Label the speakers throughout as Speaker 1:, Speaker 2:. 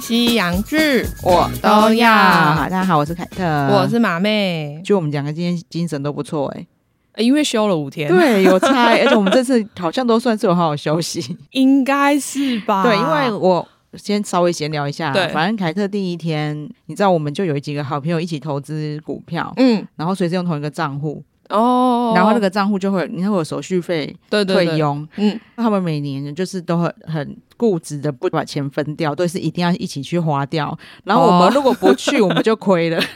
Speaker 1: 西洋剧
Speaker 2: 我
Speaker 1: 都要
Speaker 2: 大家好，我是凯特，
Speaker 1: 哦我是马妹，
Speaker 2: 就我们两个今天精神都不错哎、
Speaker 1: 呃因为休了五天，，
Speaker 2: 对，有差 欸、而且我们这次好像都算是有好好休 息。
Speaker 1: 应该是吧？
Speaker 2: 对，因为我先稍微闲聊一下，
Speaker 1: 对
Speaker 2: 反正凯特第一天，你知道我们就有几个好朋友一起投资股票，
Speaker 1: 嗯
Speaker 2: 然后随时用同一个账户，
Speaker 1: 哦，
Speaker 2: 然后那个账户就会，你看会有手续费
Speaker 1: 对对
Speaker 2: 退
Speaker 1: 对，
Speaker 2: 佣，
Speaker 1: 嗯，
Speaker 2: 那他们每年就是都很很固执的不把钱分掉，都是一定要一起去花掉，然后我
Speaker 1: 哦
Speaker 2: 们如果不去，我们就亏了。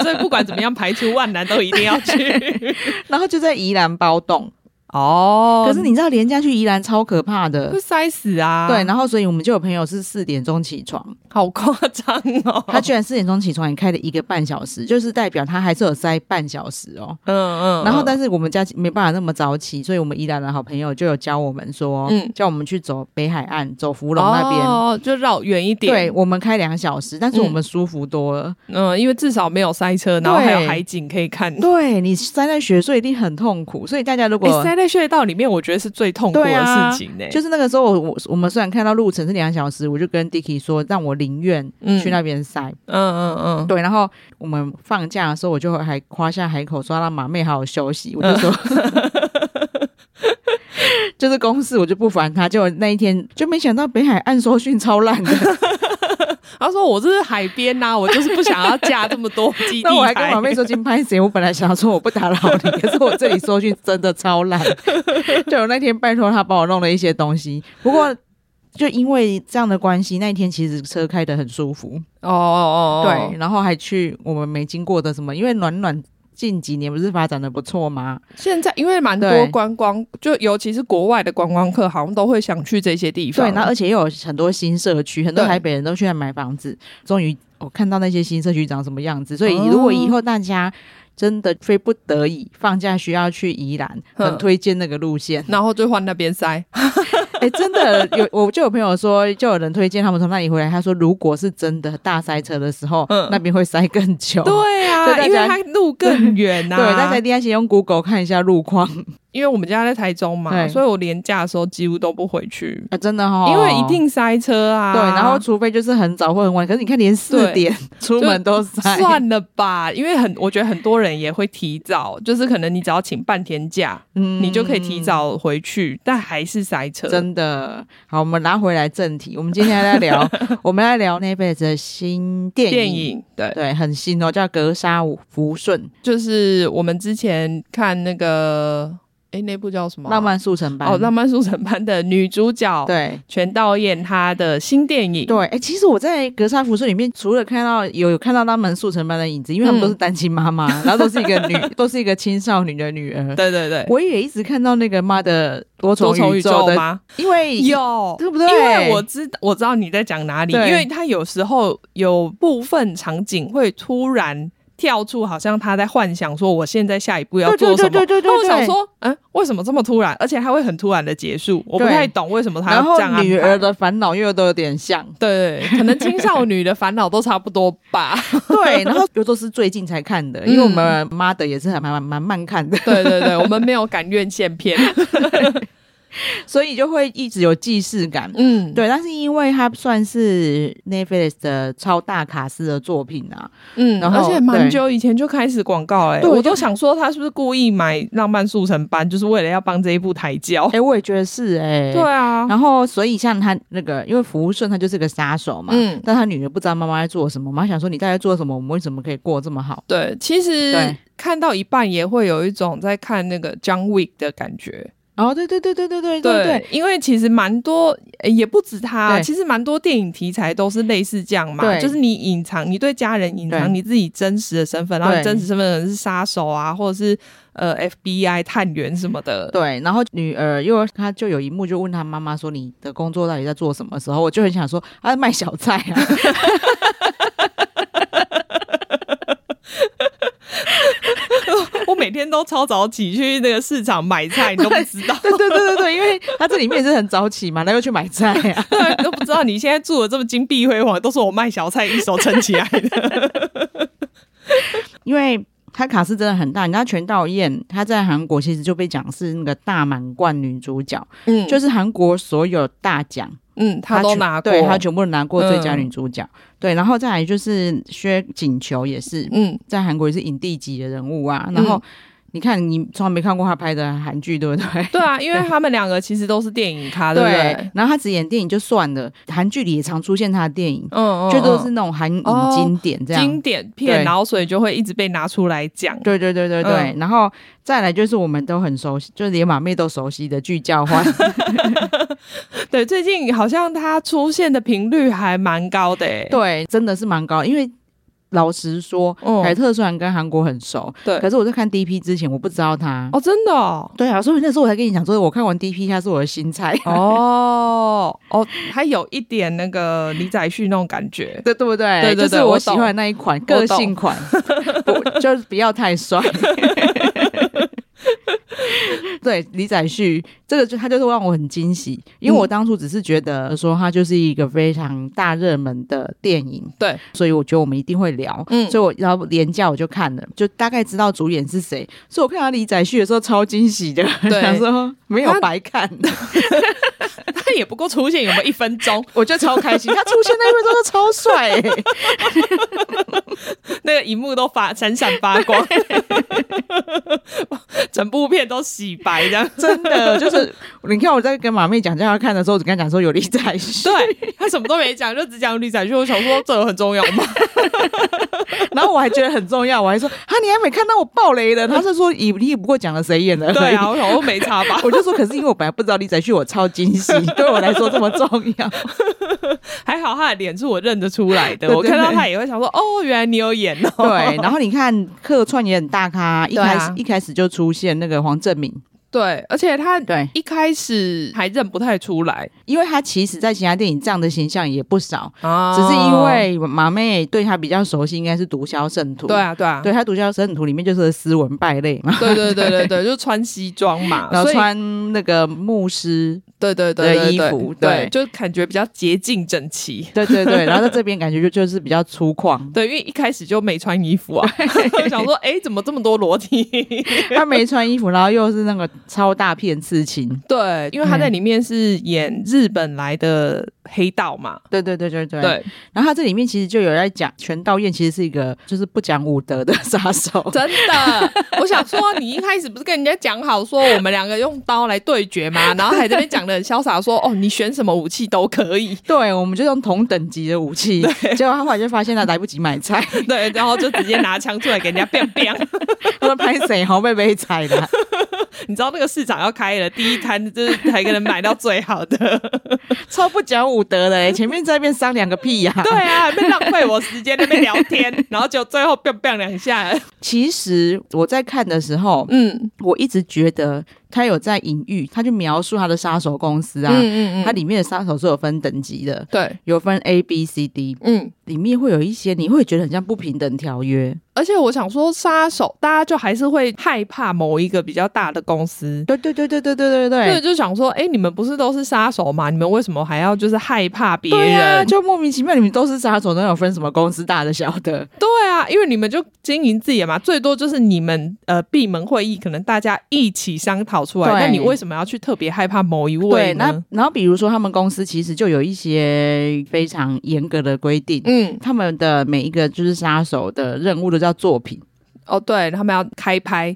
Speaker 1: 所以不管怎么样，排除万难都一定要去。
Speaker 2: 然后就在宜兰包栋。
Speaker 1: 哦
Speaker 2: 可是你知道廉价去宜兰超可怕的
Speaker 1: 会。塞死啊！
Speaker 2: 对，，然后所以我们就有朋友是四点钟起床，
Speaker 1: 好夸张哦。
Speaker 2: 他居然四点钟起床，也开了一个半小时，就是代表他还是有塞半小时哦。
Speaker 1: 嗯嗯，
Speaker 2: 然后，
Speaker 1: 嗯
Speaker 2: 但是我们家没办法那么早起，所以我们宜兰的好朋友就有教我们说，
Speaker 1: 嗯
Speaker 2: 叫我们去走北海岸，走芙蓉那边。
Speaker 1: 哦，就绕远一点。
Speaker 2: 对，我们开两个小时，但是我们舒服多了。
Speaker 1: 嗯，因为至少没有塞车，然后
Speaker 2: 对
Speaker 1: 还有海景可以看。
Speaker 2: 对你塞在雪隧一定很痛苦，所以大家如果、
Speaker 1: 诶哎塞在隧道里面，我觉得是最痛苦
Speaker 2: 对啊
Speaker 1: 的事情呢。
Speaker 2: 就是那个时候我，我我们虽然看到路程是两小时，我就跟 Dicky 说，让我宁愿
Speaker 1: 嗯
Speaker 2: 去那边塞。
Speaker 1: 嗯嗯嗯，
Speaker 2: 对，然后我们放假的时候，我就还夸下海口说让马妹好好休息。我就说，
Speaker 1: 嗯
Speaker 2: 就是公事我就不烦她。结果那一天就没想到北海岸收讯超烂的，
Speaker 1: 他说我这是海边呐、我就是不想要架这么 多基地
Speaker 2: 那我还跟
Speaker 1: 台
Speaker 2: 马妹说金拍谁？我本来想说我不打扰你，可是我这里收讯真的超 烂。就我那天拜托她帮我弄了一些东西，不过。就因为这样的关系，那一天其实车开得很舒服。
Speaker 1: 哦哦哦，
Speaker 2: 对，，然后还去我们没经过的什么，因为暖暖近几年不是发展的不错吗？
Speaker 1: 现在因为蛮多
Speaker 2: 对
Speaker 1: 观光，就尤其是国外的观光客，好像都会想去这些地方。
Speaker 2: 对，那而且又有很多新社区，很多
Speaker 1: 对
Speaker 2: 台北人都去那买房子。终于我看到那些新社区长什么样子，所以
Speaker 1: 哦
Speaker 2: 如果以后大家真的非不得已放假需要去宜兰，
Speaker 1: 哼。
Speaker 2: 很推荐那个路线
Speaker 1: 然后就换那边塞，
Speaker 2: 哎、真的有，我就有朋友说，就有人推荐他们从那里回来，他说如果是真的大塞车的时候，
Speaker 1: 嗯
Speaker 2: 那边会塞更久。
Speaker 1: 对
Speaker 2: 哦所以
Speaker 1: 啊，
Speaker 2: 大
Speaker 1: 因为
Speaker 2: 家
Speaker 1: 它路更远 呐、
Speaker 2: 对，大家一定要先用 Google 看一下路况
Speaker 1: 因为我们家在台中嘛，
Speaker 2: 对
Speaker 1: 所以我连假的时候几乎都不回去，
Speaker 2: 啊，真的哈、
Speaker 1: 因为一定塞车啊。
Speaker 2: 对，然后除非就是很早或很晚，可是你看连四
Speaker 1: 对
Speaker 2: 点出门都塞，
Speaker 1: 算了吧，因为很，我觉得很多人也会提早，就是可能你只要请半天假，
Speaker 2: 嗯
Speaker 1: 你就可以提早回去，但还是塞车。
Speaker 2: 真的好，我们拿回来正题，我们今天来 聊，我们来聊 Netflix 的新电影，
Speaker 1: 电影对，
Speaker 2: 对，很新哦，叫《格杀福顺》，
Speaker 1: 就是我们之前看那个，哎，那部叫什么啊？
Speaker 2: 浪漫速成班
Speaker 1: 哦，《浪漫速成班》的女主角
Speaker 2: 对。
Speaker 1: 全道彦她的新电影。
Speaker 2: 对，哎、其实我在《格杀福顺》里面，除了看到有有看到他们速成班的影子，因为他
Speaker 1: 嗯
Speaker 2: 们都是单亲妈 妈，然后都是一个女，都是一个青少女的女儿。
Speaker 1: 对对对，
Speaker 2: 我也一直看到那个妈的多重
Speaker 1: 多重
Speaker 2: 宇
Speaker 1: 宇宙
Speaker 2: 的，
Speaker 1: 吗？
Speaker 2: 因为
Speaker 1: 有
Speaker 2: 对不对
Speaker 1: 因为我知我知道你在讲哪里，因
Speaker 2: 对
Speaker 1: 为他有时候有部分场景会突然跳出，好像他在幻想说我现在下一步要
Speaker 2: 对
Speaker 1: 做
Speaker 2: 对
Speaker 1: 什么。
Speaker 2: 对对对对
Speaker 1: 那我想
Speaker 2: 对
Speaker 1: 说，嗯，为什么这么突然？而且他会很突然的结束，我不
Speaker 2: 对
Speaker 1: 太懂为什么他要啊
Speaker 2: 然后
Speaker 1: 这样安排，
Speaker 2: 女儿的烦恼又都有点像
Speaker 1: 对，可能青少女的烦恼都差不多 吧。
Speaker 2: 对，然后又都是最近才看的，因
Speaker 1: 嗯
Speaker 2: 为我们妈的也是很蛮蛮蛮慢看的，
Speaker 1: 对对对，我们没有赶院线片。
Speaker 2: 所以就会一直有既视感。
Speaker 1: 嗯，
Speaker 2: 对，但是因为它算是 Netflix 的超大卡司的作品啊，
Speaker 1: 嗯，
Speaker 2: 然
Speaker 1: 而
Speaker 2: 后
Speaker 1: 且蛮久以前就开始广告哎、
Speaker 2: 对
Speaker 1: 我
Speaker 2: 就
Speaker 1: 都想说他是不是故意买《浪漫速成班》，就是为了要帮这一部抬轿。
Speaker 2: 哎、我也觉得是哎、
Speaker 1: 对。啊，
Speaker 2: 然后，所以像他那个，因为福顺他就是个杀手嘛，
Speaker 1: 嗯
Speaker 2: 但他女儿不知道妈妈在做什么，妈想说你到底在做什么，我们为什么可以过这么好？
Speaker 1: 对，其实
Speaker 2: 对
Speaker 1: 看到一半也会有一种在看那个 John Wick 的感觉。
Speaker 2: 哦，对对对对对对对对，
Speaker 1: 因为其实蛮多，诶也不止他啊，
Speaker 2: 对
Speaker 1: 其实蛮多电影题材都是类似这样嘛，
Speaker 2: 对
Speaker 1: 就是你隐藏，你对家人隐藏
Speaker 2: 对
Speaker 1: 你自己真实的身份，然后你
Speaker 2: 对
Speaker 1: 真实身份可能是杀手啊，或者是呃 FBI 探员什么的。
Speaker 2: 对，然后女儿因为她就有一幕就问她妈妈说：“你的工作到底在做什么？”时候我就很想说：“啊，卖小菜啊。。
Speaker 1: 我每天都超早起去那个市场买菜，你都不知道”
Speaker 2: 对对对对对，因为她这里面也是很早起嘛，她又去买菜啊。
Speaker 1: 对，都不知道你现在住的这么金碧辉煌，都是我卖小菜一手撑起来的。
Speaker 2: 因为她卡斯真的很大，你知道全道燕她在韩 国其实就被讲是那个大满贯女主角，
Speaker 1: 嗯
Speaker 2: 就是韩国所有大奖
Speaker 1: 嗯，他都
Speaker 2: 全
Speaker 1: 拿过，
Speaker 2: 对他全部拿过最佳
Speaker 1: 嗯
Speaker 2: 女主角。对，然后再来就是薛景球也是
Speaker 1: 嗯
Speaker 2: 在韩国也是影帝级的人物啊。然后、
Speaker 1: 嗯
Speaker 2: 你看，你从来没看过他拍的韩剧，对不对？
Speaker 1: 对啊，因为他们两个其实都是电影咖，对不对？
Speaker 2: 对，然后他只演电影就算了，韩剧里也常出现他的电影，
Speaker 1: 嗯，嗯
Speaker 2: 就都
Speaker 1: 嗯
Speaker 2: 是那种韩影
Speaker 1: 哦
Speaker 2: 经典这样。
Speaker 1: 经典片，
Speaker 2: 对
Speaker 1: 然后所以就会一直被拿出来讲。
Speaker 2: 对对对对对，然后再来就是我们都很熟悉，就是连马妹都熟悉的剧交 换，
Speaker 1: 对，最近好像它出现的频率还蛮高的、欸，
Speaker 2: 对，真的是蛮高。因为老实说，
Speaker 1: 嗯
Speaker 2: 凯特虽然跟韩国很熟，
Speaker 1: 对
Speaker 2: 可是我在看第一批之前我不知道他。
Speaker 1: 哦，真 的哦，
Speaker 2: 对啊，所以那时候我才跟你讲，说我看完第一批，他是我的新菜，
Speaker 1: 哦哦，还有一点那个李宰旭那种感觉，
Speaker 2: 对对不对？
Speaker 1: 对对对
Speaker 2: 就是
Speaker 1: 我
Speaker 2: 我
Speaker 1: 懂
Speaker 2: 喜欢的那一款
Speaker 1: 懂
Speaker 2: 个性 款，不就是不要太帅。 对李宰旭，这个就他就是让我很惊喜，因为我当初只是觉得说他就是一个非常大热门的电影，
Speaker 1: 对，
Speaker 2: 所以我觉得我们一定会聊，
Speaker 1: 嗯
Speaker 2: 所以我然后廉价我就看了，就大概知道主演是谁，所以我看到李宰旭的时候超惊喜的，
Speaker 1: 对
Speaker 2: 想说没有
Speaker 1: 他
Speaker 2: 白看，
Speaker 1: 他也不过出现有没有一分钟，
Speaker 2: 我就超开心，他出现那一分钟就超帅、欸，
Speaker 1: 那个荧幕都发闪闪发光， 整部片都洗白这样。
Speaker 2: 真的就是， 你看我在跟马妹讲叫她看的时候，我只跟她讲说有李在旭，
Speaker 1: 对他什么都没讲，就只讲李宰旭。我想说，这有很重要 吗？
Speaker 2: 然后我还觉得很重要，我还说啊，你还没看到我爆雷的，她是说以你也不过讲了谁演的，
Speaker 1: 对啊，。我想说没差吧。
Speaker 2: 我就说，可是因为我本来不知道李宰旭，我超惊 喜，对我来说这么重要。
Speaker 1: 还好他的脸是我认得出来的，
Speaker 2: 对
Speaker 1: 我看到
Speaker 2: 对
Speaker 1: 他也会想说，哦，原来你有演哦。
Speaker 2: 对，然后你看客串也很大咖，一
Speaker 1: 对啊
Speaker 2: 开始、一开始就出现那个黄正明，
Speaker 1: 对，而且他
Speaker 2: 对，
Speaker 1: 一开始还认不太出来
Speaker 2: 因为他其实在其他电影这样的形象也不少，
Speaker 1: 啊
Speaker 2: 只是因为马妹对他比较熟悉，应该是《毒枭圣徒》
Speaker 1: 对啊对啊
Speaker 2: 对他《毒枭圣徒》里面就是斯文败类嘛，
Speaker 1: 对对对对对，就穿西装嘛，
Speaker 2: 然后
Speaker 1: 所以
Speaker 2: 穿那个牧师，
Speaker 1: 对对对
Speaker 2: 的
Speaker 1: 对
Speaker 2: 衣
Speaker 1: 对
Speaker 2: 服
Speaker 1: 对，
Speaker 2: 对
Speaker 1: 就感觉比较洁净整齐。
Speaker 2: 对对对，然后在这边感觉就就是比较粗 犷，
Speaker 1: 对，因为一开始就没穿衣服啊，我想说，哎、怎么这么多裸体？
Speaker 2: 他没穿衣服，然后又是那个超大片刺青，
Speaker 1: 对，因为他在里面是演日本来的黑道嘛。
Speaker 2: 对对对对对。
Speaker 1: 对，
Speaker 2: 然后他这里面其实就有在讲，全道彦其实是一个就是不讲武德的杀手，
Speaker 1: 真的，我想说，你一开始不是跟人家讲好说我们两个用刀来对决 吗？然后还在那边讲的很潇洒，说哦，你选什么武器都可以。
Speaker 2: 对，我们就用同等级的武器，结果他后来就发现他来不及买 菜，
Speaker 1: 对，然后就直接拿枪出来给人家 biang biang。
Speaker 2: 他说拍谁好被被踩了，
Speaker 1: 你知道那个市场要开了，第一摊就是才可能买到最好 的。
Speaker 2: 超不讲武德的、欸，前面在那边商量个屁呀、
Speaker 1: 对啊，还被浪费我时间在那边聊 天，然后就最后 biang biang 两下。
Speaker 2: 其实我在看的时候，
Speaker 1: 嗯
Speaker 2: 我一直觉得他有在隐喻，他就描述他的杀手公司啊，
Speaker 1: 嗯
Speaker 2: 它里面的杀手是有分等级的，
Speaker 1: 对，
Speaker 2: 有分 A、B、C、D，
Speaker 1: 嗯。
Speaker 2: 里面会有一些你会觉得很像不平等条约。
Speaker 1: 而且我想说，杀手大家就还是会害怕某一个比较大的公司，
Speaker 2: 对对对对对对对
Speaker 1: 对，
Speaker 2: 对。啊
Speaker 1: 就想说，哎、你们不是都是杀手吗？你们为什么还要就是害怕别
Speaker 2: 对呀、
Speaker 1: 人？
Speaker 2: 就莫名其妙，你们都是杀手，那有分什么公司大的小的？
Speaker 1: 对啊，因为你们就经营自己的嘛，最多就是你们呃闭门会议，可能大家一起商讨出来。
Speaker 2: 对
Speaker 1: 那你为什么要去特别害怕某一位
Speaker 2: 对，那
Speaker 1: 呢？
Speaker 2: 然后比如说他们公司其实就有一些非常严格的规定，
Speaker 1: 嗯，
Speaker 2: 他们的每一个就是杀手的任务都叫作品，
Speaker 1: 哦，对他们要开 拍，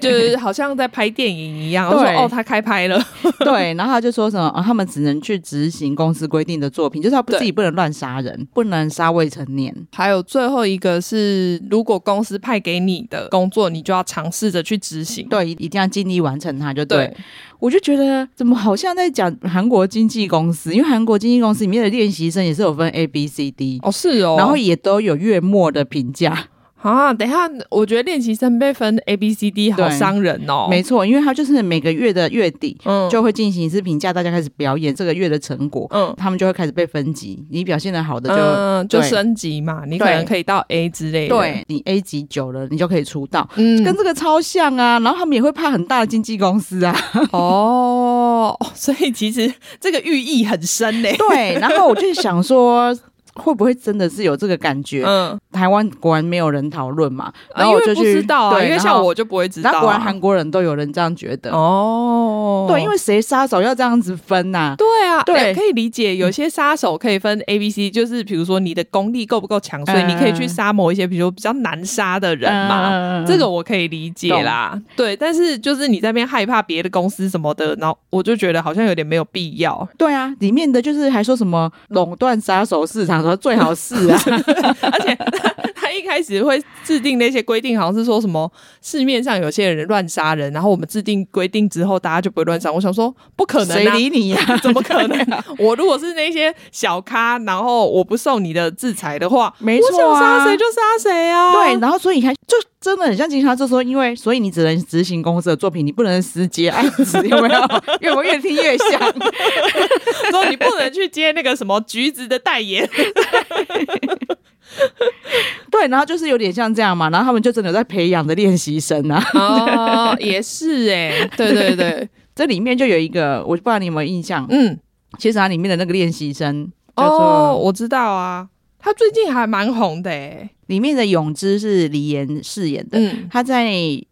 Speaker 1: 就是好像在拍电影一样。我
Speaker 2: 对
Speaker 1: 说哦，他开拍了，
Speaker 2: 对，然后他就说什么、哦，他们只能去执行公司规定的作品，就是他不
Speaker 1: 对
Speaker 2: 自己不能乱杀人，不能杀未成年，
Speaker 1: 还有最后一个是，如果公司派给你的工作，你就要尝试着去执行。
Speaker 2: 对，一一定要尽力完成它就对。
Speaker 1: 对
Speaker 2: 我就觉得怎么好像在讲韩国经纪公司，因为韩国经纪公司里面的练习生也是有分 A、B、C、D，、
Speaker 1: 哦，是哦。
Speaker 2: 然后也都有月末的评价。
Speaker 1: 啊，等一下，我觉得练习生被分 A B C D 好
Speaker 2: 对
Speaker 1: 伤人哦。
Speaker 2: 没错，因为他就是每个月的月底
Speaker 1: 嗯，
Speaker 2: 就会进行一次评价，大家开始表演这个月的成果，
Speaker 1: 嗯
Speaker 2: 他们就会开始被分级，你表现的好的就。
Speaker 1: 嗯就
Speaker 2: 对
Speaker 1: 升级嘛，你可
Speaker 2: 对
Speaker 1: 能可以到 A 之类的。，
Speaker 2: 对你 A 级久了，你就可以出道。
Speaker 1: 嗯，
Speaker 2: 跟这个超像啊，然后他们也会怕很大的经纪公司啊，
Speaker 1: 哦，所以其实这个寓意很深呢。欸
Speaker 2: 对，然后我就想说，会不会真的是有这个感觉？
Speaker 1: 嗯，
Speaker 2: 台湾果然没有人讨论嘛，
Speaker 1: 啊
Speaker 2: 然后我就
Speaker 1: 因为不
Speaker 2: 去
Speaker 1: 知道啊，
Speaker 2: 对
Speaker 1: 因为
Speaker 2: 然
Speaker 1: 像
Speaker 2: 后
Speaker 1: 我就不会知道、
Speaker 2: 那
Speaker 1: 啊。
Speaker 2: 果然韩国人都有人这样觉得。
Speaker 1: 哦，
Speaker 2: 对，因为谁杀手要这样子分呐、
Speaker 1: 对啊，
Speaker 2: 对嗯
Speaker 1: 哎可以理解。有些杀手可以分 A、B、C，就是比如说你的功力够不够强，所以你可以去杀某一些，比如说比较难杀的人嘛。
Speaker 2: 嗯
Speaker 1: 这个我可以理解啦，对。但是就是你在那边害怕别的公司什么的，然后我就觉得好像有点没有必 要。
Speaker 2: 对啊，里面的就是还说什么垄断杀手市场，说最好是 啊，
Speaker 1: 而且他一开始会制定那些规定，好像是说什么市面上有些人乱杀人，然后我们制定规定之后，大家就不会乱杀。我想说，不可能、啊，
Speaker 2: 谁 理你呀、
Speaker 1: 怎么可能？啊我如果是那些小咖，然后我不受你的制裁的话，
Speaker 2: 没错
Speaker 1: 我想
Speaker 2: 啊
Speaker 1: 杀谁就杀谁啊！
Speaker 2: 对，，然后所以你看，就真的很像警察就说，因为所以你只能执行公司的作品，你不能私接案子，有 没有？越我越听越像。
Speaker 1: 说你不能去接那个什么橘子的代言，
Speaker 2: 对，然后就是有点像这样嘛，然后他们就真的有在培养的练习生啊。
Speaker 1: 哦，也是哎、对对 对，
Speaker 2: 这里面就有一个，我不知道你有没有印象，
Speaker 1: 嗯，
Speaker 2: 其实它里面的那个练习生叫做、
Speaker 1: 哦，我知道啊，他最近还蛮红的哎、
Speaker 2: 里面的永之是李岩饰演的，
Speaker 1: 嗯，
Speaker 2: 他在《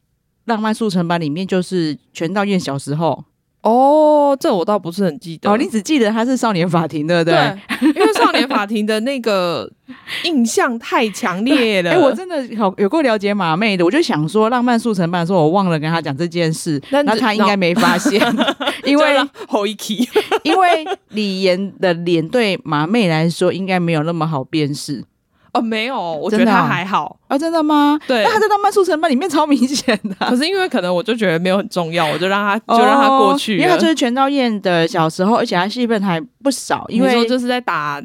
Speaker 2: 浪漫速成班》里面就是全道院小时候
Speaker 1: 哦，这我倒不是很记得。
Speaker 2: 哦，你只记得他是少年法庭，对不
Speaker 1: 对
Speaker 2: 对？，
Speaker 1: 因为少年法庭的那个印象太强烈 了。
Speaker 2: 哎、我真的好有够了解马妹的，我就想说，《浪漫速成班》的时候，我忘了跟他讲这件事，
Speaker 1: 那
Speaker 2: 那他应该没发 现，因为
Speaker 1: 侯一 k
Speaker 2: 因为李岩的脸对马妹来说应该没有那么好辨识
Speaker 1: 哦，没有，我觉
Speaker 2: 真
Speaker 1: 得
Speaker 2: 的
Speaker 1: 他
Speaker 2: 啊
Speaker 1: 还好。
Speaker 2: 啊，真的吗？
Speaker 1: 对
Speaker 2: 那他在《浪漫速成班》里面超明显的啊、
Speaker 1: 可是因为可能我就觉得没有很重要，我就让他
Speaker 2: 哦
Speaker 1: 就让他过去了、
Speaker 2: 因为他就是全道彦的小时候，而且他戏份还不少，因
Speaker 1: 你说
Speaker 2: 为
Speaker 1: 就是在打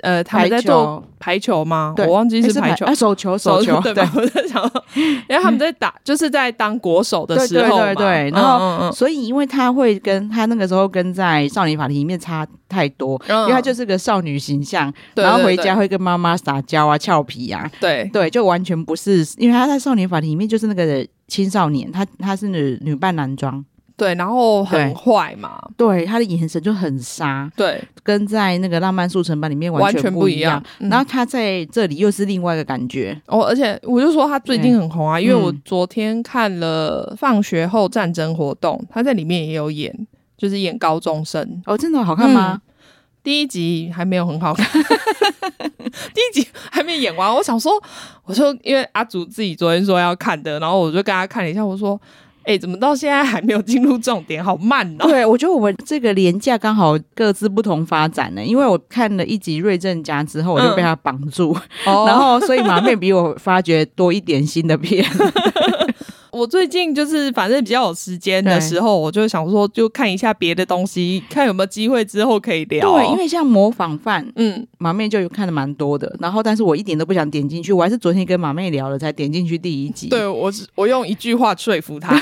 Speaker 1: 呃，他
Speaker 2: 排
Speaker 1: 们在做
Speaker 2: 球
Speaker 1: 排球吗？
Speaker 2: 对
Speaker 1: 我忘记
Speaker 2: 诶
Speaker 1: 是排球
Speaker 2: 啊，。手球手球，
Speaker 1: 对
Speaker 2: 对
Speaker 1: 吧？我在想说，因为他们在打，就是在当国手的
Speaker 2: 对
Speaker 1: 时候嘛
Speaker 2: 对对对
Speaker 1: 嗯
Speaker 2: 然后
Speaker 1: 嗯嗯
Speaker 2: 所以因为他会跟他那个时候跟在少年法庭里面差太多，
Speaker 1: 嗯，
Speaker 2: 因为他就是个少女形象，
Speaker 1: 对
Speaker 2: 然后
Speaker 1: 对
Speaker 2: 回
Speaker 1: 对
Speaker 2: 家会跟妈妈撒娇啊、俏皮啊，
Speaker 1: 对
Speaker 2: 对，就完全不是，因为他在少年法庭里面就是那个青少年，他他是女女扮男装，
Speaker 1: 对，然后很
Speaker 2: 对
Speaker 1: 坏嘛，
Speaker 2: 对，他的眼神就很杀，
Speaker 1: 对，
Speaker 2: 跟在那个浪漫速成班里面
Speaker 1: 完
Speaker 2: 全
Speaker 1: 全不
Speaker 2: 一
Speaker 1: 一样。嗯
Speaker 2: 然后他在这里又是另外一个感觉，
Speaker 1: 哦，而且我就说他最近很红啊，因为我
Speaker 2: 嗯
Speaker 1: 昨天看了《放学后战争活动》，他在里面也有演，就是演高中生。
Speaker 2: 哦，真的好看吗？
Speaker 1: 第一集还没有很好看， 第一集还没演完，我想说，我就因为阿祖自己昨天说要看的，然后我就跟他看了一下，我说，哎、怎么到现在还没有进入重点，好慢哦、
Speaker 2: 对，我觉得我们这个廉价刚好各自不同发展呢、因为我看了一集《瑞正家》之后，我
Speaker 1: 嗯
Speaker 2: 就被他绑住，
Speaker 1: 哦
Speaker 2: 然后所以马妹比我发掘多一点新的片，
Speaker 1: 我最近就是反正比较有时间的
Speaker 2: 对
Speaker 1: 时候，我就想说，就看一下别的东西，看有没有机会之后可以聊。
Speaker 2: 对，因为像模仿犯，
Speaker 1: 嗯，
Speaker 2: 马妹就有看的蛮多的，然后但是我一点都不想点进去，我还是昨天跟马妹聊了才点进去第一集，
Speaker 1: 对我只我用一句话说服 他，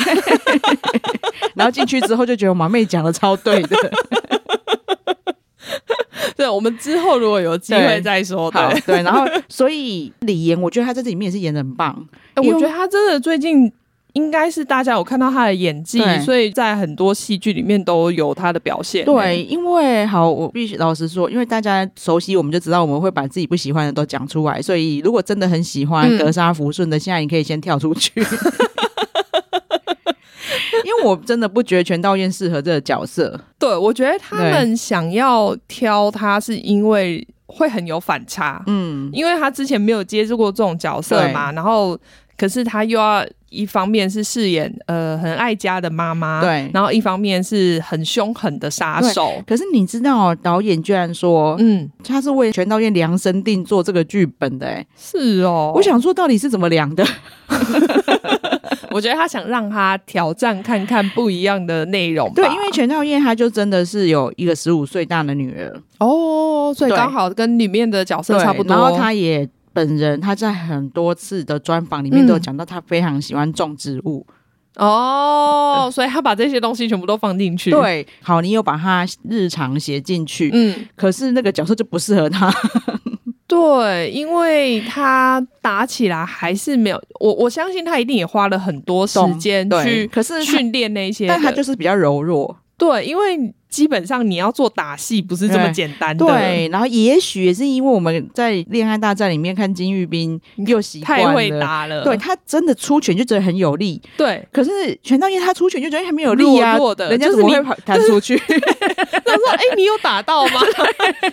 Speaker 2: 然后进去之后就觉得马妹讲的超对 的，
Speaker 1: 对我们之后如果有机会
Speaker 2: 对
Speaker 1: 再说。对，
Speaker 2: 好哎对，然后所以李岩，我觉得他在这里面也是演的很棒，
Speaker 1: 哎
Speaker 2: 因为
Speaker 1: 我觉得他真的最近应该是大家有看到他的演技，
Speaker 2: 对
Speaker 1: 所以在很多戏剧里面都有他的表现。
Speaker 2: 对，因为好，我必须老实说，因为大家熟悉，我们就知道我们会把自己不喜欢的都讲出来，所以如果真的很喜欢
Speaker 1: 嗯
Speaker 2: 格杀福顺的，现在你可以先跳出 去。因为我真的不觉得全道院适合这个角色，
Speaker 1: 对，我觉得他们想要挑他是因为会很有反差，
Speaker 2: 嗯，
Speaker 1: 因为他之前没有接触过这种角色嘛，然后可是他又要。一方面是饰演呃很爱家的妈妈，
Speaker 2: 对
Speaker 1: 然后一方面是很凶狠的杀
Speaker 2: 对
Speaker 1: 手，
Speaker 2: 可是你知道、哦，导演居然说、
Speaker 1: 嗯，
Speaker 2: 他是为全道院量身定做这个剧本的、哎、
Speaker 1: 是哦，
Speaker 2: 我想说到底是怎么量 的？
Speaker 1: 我觉得他想让他挑战看看不一样的内容吧，
Speaker 2: 对，因为全道院他就真的是有一个十五岁大的女儿，
Speaker 1: 哦，所以
Speaker 2: 对
Speaker 1: 刚好跟里面的角色
Speaker 2: 对
Speaker 1: 差不多。
Speaker 2: 然后他也本人他在很多次的专访里面
Speaker 1: 嗯
Speaker 2: 都有讲到，他非常喜欢种植物。
Speaker 1: 哦，所以他把这些东西全部都放进去。，
Speaker 2: 对，好，你有把他日常写进去，
Speaker 1: 嗯，
Speaker 2: 可是那个角色就不适合 他。
Speaker 1: 对，因为他打起来还是没有我，我相信他一定也花了很多时间
Speaker 2: 对
Speaker 1: 去
Speaker 2: 可是他
Speaker 1: 训练那些的，
Speaker 2: 但他就是比较柔弱，
Speaker 1: 对，因为基本上你要做打戏不是这么简单的，
Speaker 2: 哎对，然后也许也是因为我们在《恋爱大战》里面看金玉彬又习惯
Speaker 1: 太会
Speaker 2: 了
Speaker 1: 打了，
Speaker 2: 对他真的出拳就觉得很有力，
Speaker 1: 对。
Speaker 2: 可是全道业他出拳就觉得很没有力啊，
Speaker 1: 弱弱的
Speaker 2: 人家
Speaker 1: 就
Speaker 2: 怎
Speaker 1: 是
Speaker 2: 么
Speaker 1: 你
Speaker 2: 会跑弹出 去？
Speaker 1: 他说：“哎、你有打到 吗？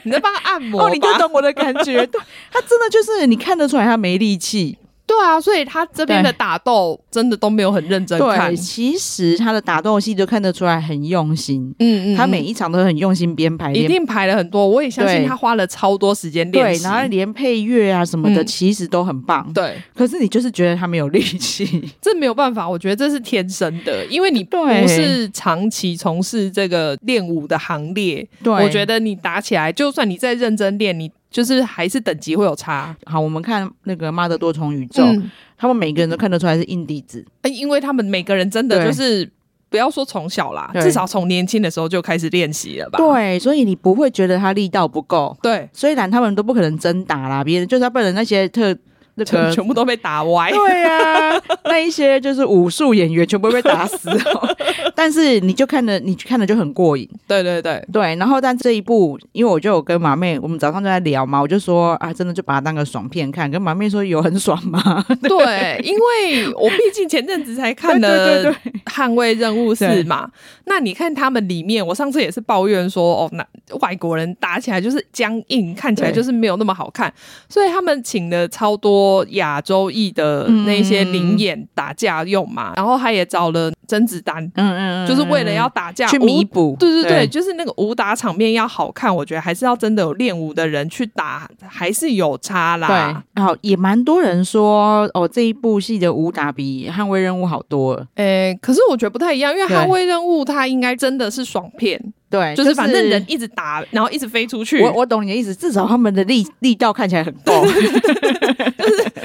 Speaker 1: 你在帮他按摩吧
Speaker 2: 哦，你就懂我的感觉。对， 他真的就是你看得出来他没力气。
Speaker 1: 对啊，所以他这边的打斗真的都没有很认真看
Speaker 2: 对，。其实他的打斗戏就看得出来很用心，
Speaker 1: 嗯
Speaker 2: 他每一场都很用心编排，
Speaker 1: 一
Speaker 2: 连
Speaker 1: 定排了很多，我也相信
Speaker 2: 对
Speaker 1: 他花了超多时间练
Speaker 2: 对，
Speaker 1: 习。
Speaker 2: 然后连配乐啊什么的，
Speaker 1: 嗯
Speaker 2: 其实都很棒。
Speaker 1: 对，
Speaker 2: 可是你就是觉得他没有力 气。
Speaker 1: 这没有办法，我觉得这是天生的，因为你不
Speaker 2: 对
Speaker 1: 是长期从事这个练武的行列，
Speaker 2: 对
Speaker 1: 我觉得你打起来，就算你再认真练，你就是还是等级会有差。
Speaker 2: 好，我们看那个《妈的多重宇宙》
Speaker 1: 嗯
Speaker 2: 他们每个人都看得出来是硬底子，
Speaker 1: 呃因为他们每个人真的
Speaker 2: 对
Speaker 1: 就是不要说从小啦，
Speaker 2: 对
Speaker 1: 至少从年轻的时候就开始练习了吧？
Speaker 2: 对，所以你不会觉得他力道不够。
Speaker 1: 对，
Speaker 2: 虽然他们都不可能真打啦，别人就是要不然那些特那
Speaker 1: 全
Speaker 2: 个
Speaker 1: 全部都被打歪。
Speaker 2: 呃 对啊，那一些就是武术演员全部被打死、 哦，但是你就看的，你看的就很过瘾。
Speaker 1: 对对对，
Speaker 2: 对，然后但这一部，因为我就有跟马妹，我们早上就在聊嘛，我就说啊，真的就把它当个爽片看。跟马妹说有很爽吗？
Speaker 1: 对，因为我毕竟前阵子才看
Speaker 2: 对
Speaker 1: 了
Speaker 2: 对
Speaker 1: 《捍卫任务四》嘛，那你看他们里面，我上次也是抱怨说，哦，那外国人打起来就是僵硬，看起来
Speaker 2: 对
Speaker 1: 就是没有那么好看，所以他们请了超多亚洲裔的
Speaker 2: 嗯
Speaker 1: 那些灵演打架用嘛，然后他也找了甄子丹，
Speaker 2: 嗯嗯
Speaker 1: 就是为了要打架
Speaker 2: 去弥
Speaker 1: 武
Speaker 2: 补，
Speaker 1: 对对对，就是那个武打场面要好看，我觉得还是要真的有练武的人去打，还是有差
Speaker 2: 对，
Speaker 1: 啦。
Speaker 2: 然后也蛮多人说哦，这一部戏的武打比《捍卫任务》好多了。
Speaker 1: 诶、可是我觉得不太一样，因为《
Speaker 2: 对
Speaker 1: 捍卫任务》它应该真的是爽片，
Speaker 2: 对，
Speaker 1: 就是反正人一直打，然后一直飞出去。
Speaker 2: 我我懂你的意思，至少他们的力力道看起来很够。。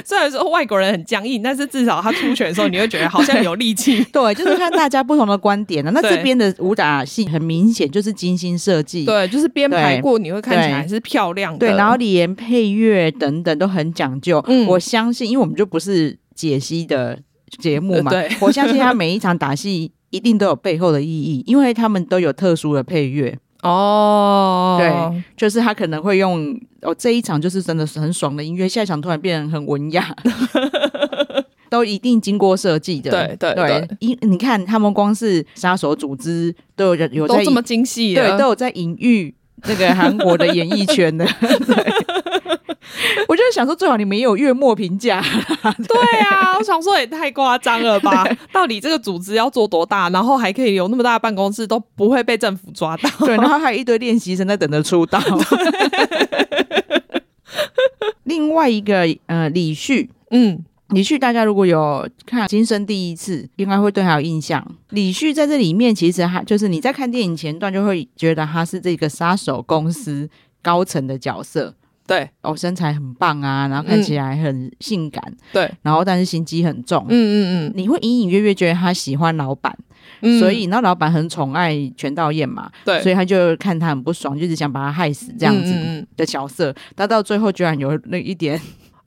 Speaker 1: 虽然说外国人很僵硬，但是至少他出拳的时候，你会觉得好像有力气
Speaker 2: 对，就是看大家不同的观点了、啊那
Speaker 1: 对
Speaker 2: 这边的武打戏很明显就是精心设计，
Speaker 1: 对，就是编排过，你会看起来
Speaker 2: 对
Speaker 1: 是漂亮的。
Speaker 2: 对，然后连配乐等等都很讲究。
Speaker 1: 嗯
Speaker 2: 我相信，因为我们就不是解析的节目嘛，
Speaker 1: 呃对
Speaker 2: 我相信他每一场打戏。一定都有背后的意义，因为他们都有特殊的配乐，
Speaker 1: 哦，
Speaker 2: 对就是他可能会用哦这一场就是真的是很爽的音乐，下一场突然变得很文雅， 都一定经过设计的。
Speaker 1: 对对
Speaker 2: 对，因你看他们光是杀手组织都有人有在
Speaker 1: 都这么精细啊了，
Speaker 2: 对，都有在隐喻那个韩国的演艺圈 的。对我就想说，最好你们也有月末评 价。
Speaker 1: 对啊，我 想说也太夸张了 吧？到底这个组织要做多大，然后还可以有那么大的办公室都不会被政府抓到？
Speaker 2: 对，然后还有一堆练习生在等着出道。另外一个呃，李旭，
Speaker 1: 嗯，
Speaker 2: 李旭，大家如果有看《今生第一次》，应该会对他有印象。李旭在这里面，其实他就是你在看电影前段就会觉得他是这个杀手公司高层的角色，
Speaker 1: 对
Speaker 2: 哦，身材很棒啊，然后看起来很性感，
Speaker 1: 对，
Speaker 2: 然后但是心机很重
Speaker 1: 嗯，嗯嗯
Speaker 2: 你会隐隐约约觉得他喜欢老板，
Speaker 1: 嗯，
Speaker 2: 所以那老板很宠爱全道彦嘛，
Speaker 1: 对，
Speaker 2: 所以他就看他很不爽，就是想把他害死这样子
Speaker 1: 嗯嗯嗯
Speaker 2: 的角色。他到最后居然有那一点，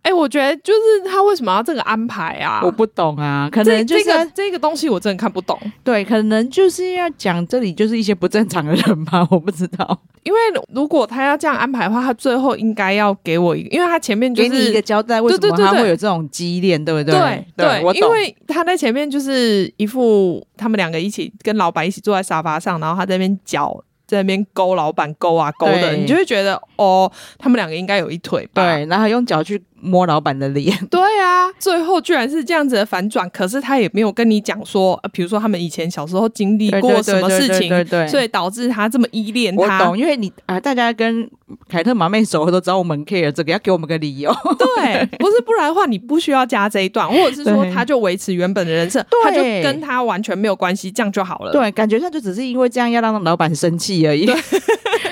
Speaker 1: 哎、我觉得就是他为什么要这个安排啊？
Speaker 2: 我不懂啊，可
Speaker 1: 这
Speaker 2: 能就是
Speaker 1: 这
Speaker 2: 要、
Speaker 1: 个这个东西我真的看不懂，
Speaker 2: 对，可能就是要讲这里就是一些不正常的人吧， 我不知道，
Speaker 1: 因为如果他要这样安排的话，他最后应该要给我一个，因为他前面就
Speaker 2: 给你
Speaker 1: 是
Speaker 2: 一个交代，为什
Speaker 1: 对
Speaker 2: 么
Speaker 1: 对对
Speaker 2: 他
Speaker 1: 对
Speaker 2: 会有这种激烈，对不对？
Speaker 1: 对
Speaker 2: 对，我
Speaker 1: 因
Speaker 2: 懂。
Speaker 1: 为他在前面就是一副他们两个一起跟老板一起坐在沙发上，然后他在那边脚在那边勾老板勾啊勾的，
Speaker 2: 对
Speaker 1: 你就会觉得哦，他们两个应该有一腿吧？
Speaker 2: 对，然后用脚去摸老板的 脸，
Speaker 1: 对啊，最后居然是这样子的反转，可是他也没有跟你讲说，呃比如说他们以前小时候经历
Speaker 2: 对
Speaker 1: 过什么事
Speaker 2: 对对对
Speaker 1: 情，
Speaker 2: 对对
Speaker 1: 所以导致他这么依恋
Speaker 2: 我
Speaker 1: 他。
Speaker 2: 懂，因为你啊，大家跟凯特马妹熟都知道我们 care 这个，要给我们个 理由。
Speaker 1: 对，不是不然的话，你不需要加这一段，或者是说
Speaker 2: 对
Speaker 1: 他就维持原本的人设，
Speaker 2: 对
Speaker 1: 他就跟他完全没有关系，这样就好 了。
Speaker 2: 对，感觉上就只是因为这样要让老板生气而已。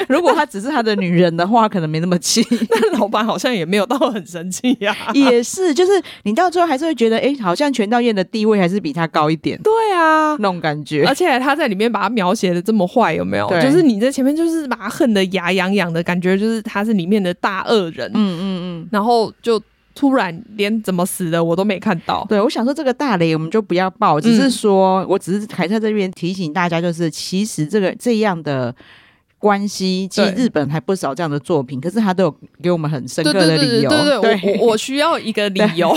Speaker 2: 如果她只是他的女人的话，可能没那么 气。
Speaker 1: 但老板好像也没有到很生气呀、
Speaker 2: 也是，就是你到最后还是会觉得，哎、好像全道彦的地位还是比他高一点
Speaker 1: 对啊。
Speaker 2: 那种感觉。
Speaker 1: 而且他在里面把他描写的这么坏，有没有？
Speaker 2: 对
Speaker 1: 就是你在前面就是把他恨得牙痒痒的感觉，就是他是里面的大恶人，
Speaker 2: 嗯嗯
Speaker 1: 然后就突然连怎么死的我都没看到。
Speaker 2: 对，我想说这个大雷我们就不要爆，只
Speaker 1: 嗯
Speaker 2: 是说、我只是还在这边提醒大家，就是其实这个这样的关系，其实
Speaker 1: 对
Speaker 2: 日本还不少这样的作品，可是他都有给我们很深刻
Speaker 1: 对
Speaker 2: 的
Speaker 1: 对
Speaker 2: 理
Speaker 1: 对
Speaker 2: 由。
Speaker 1: 对对对，我我我需要一个理 由，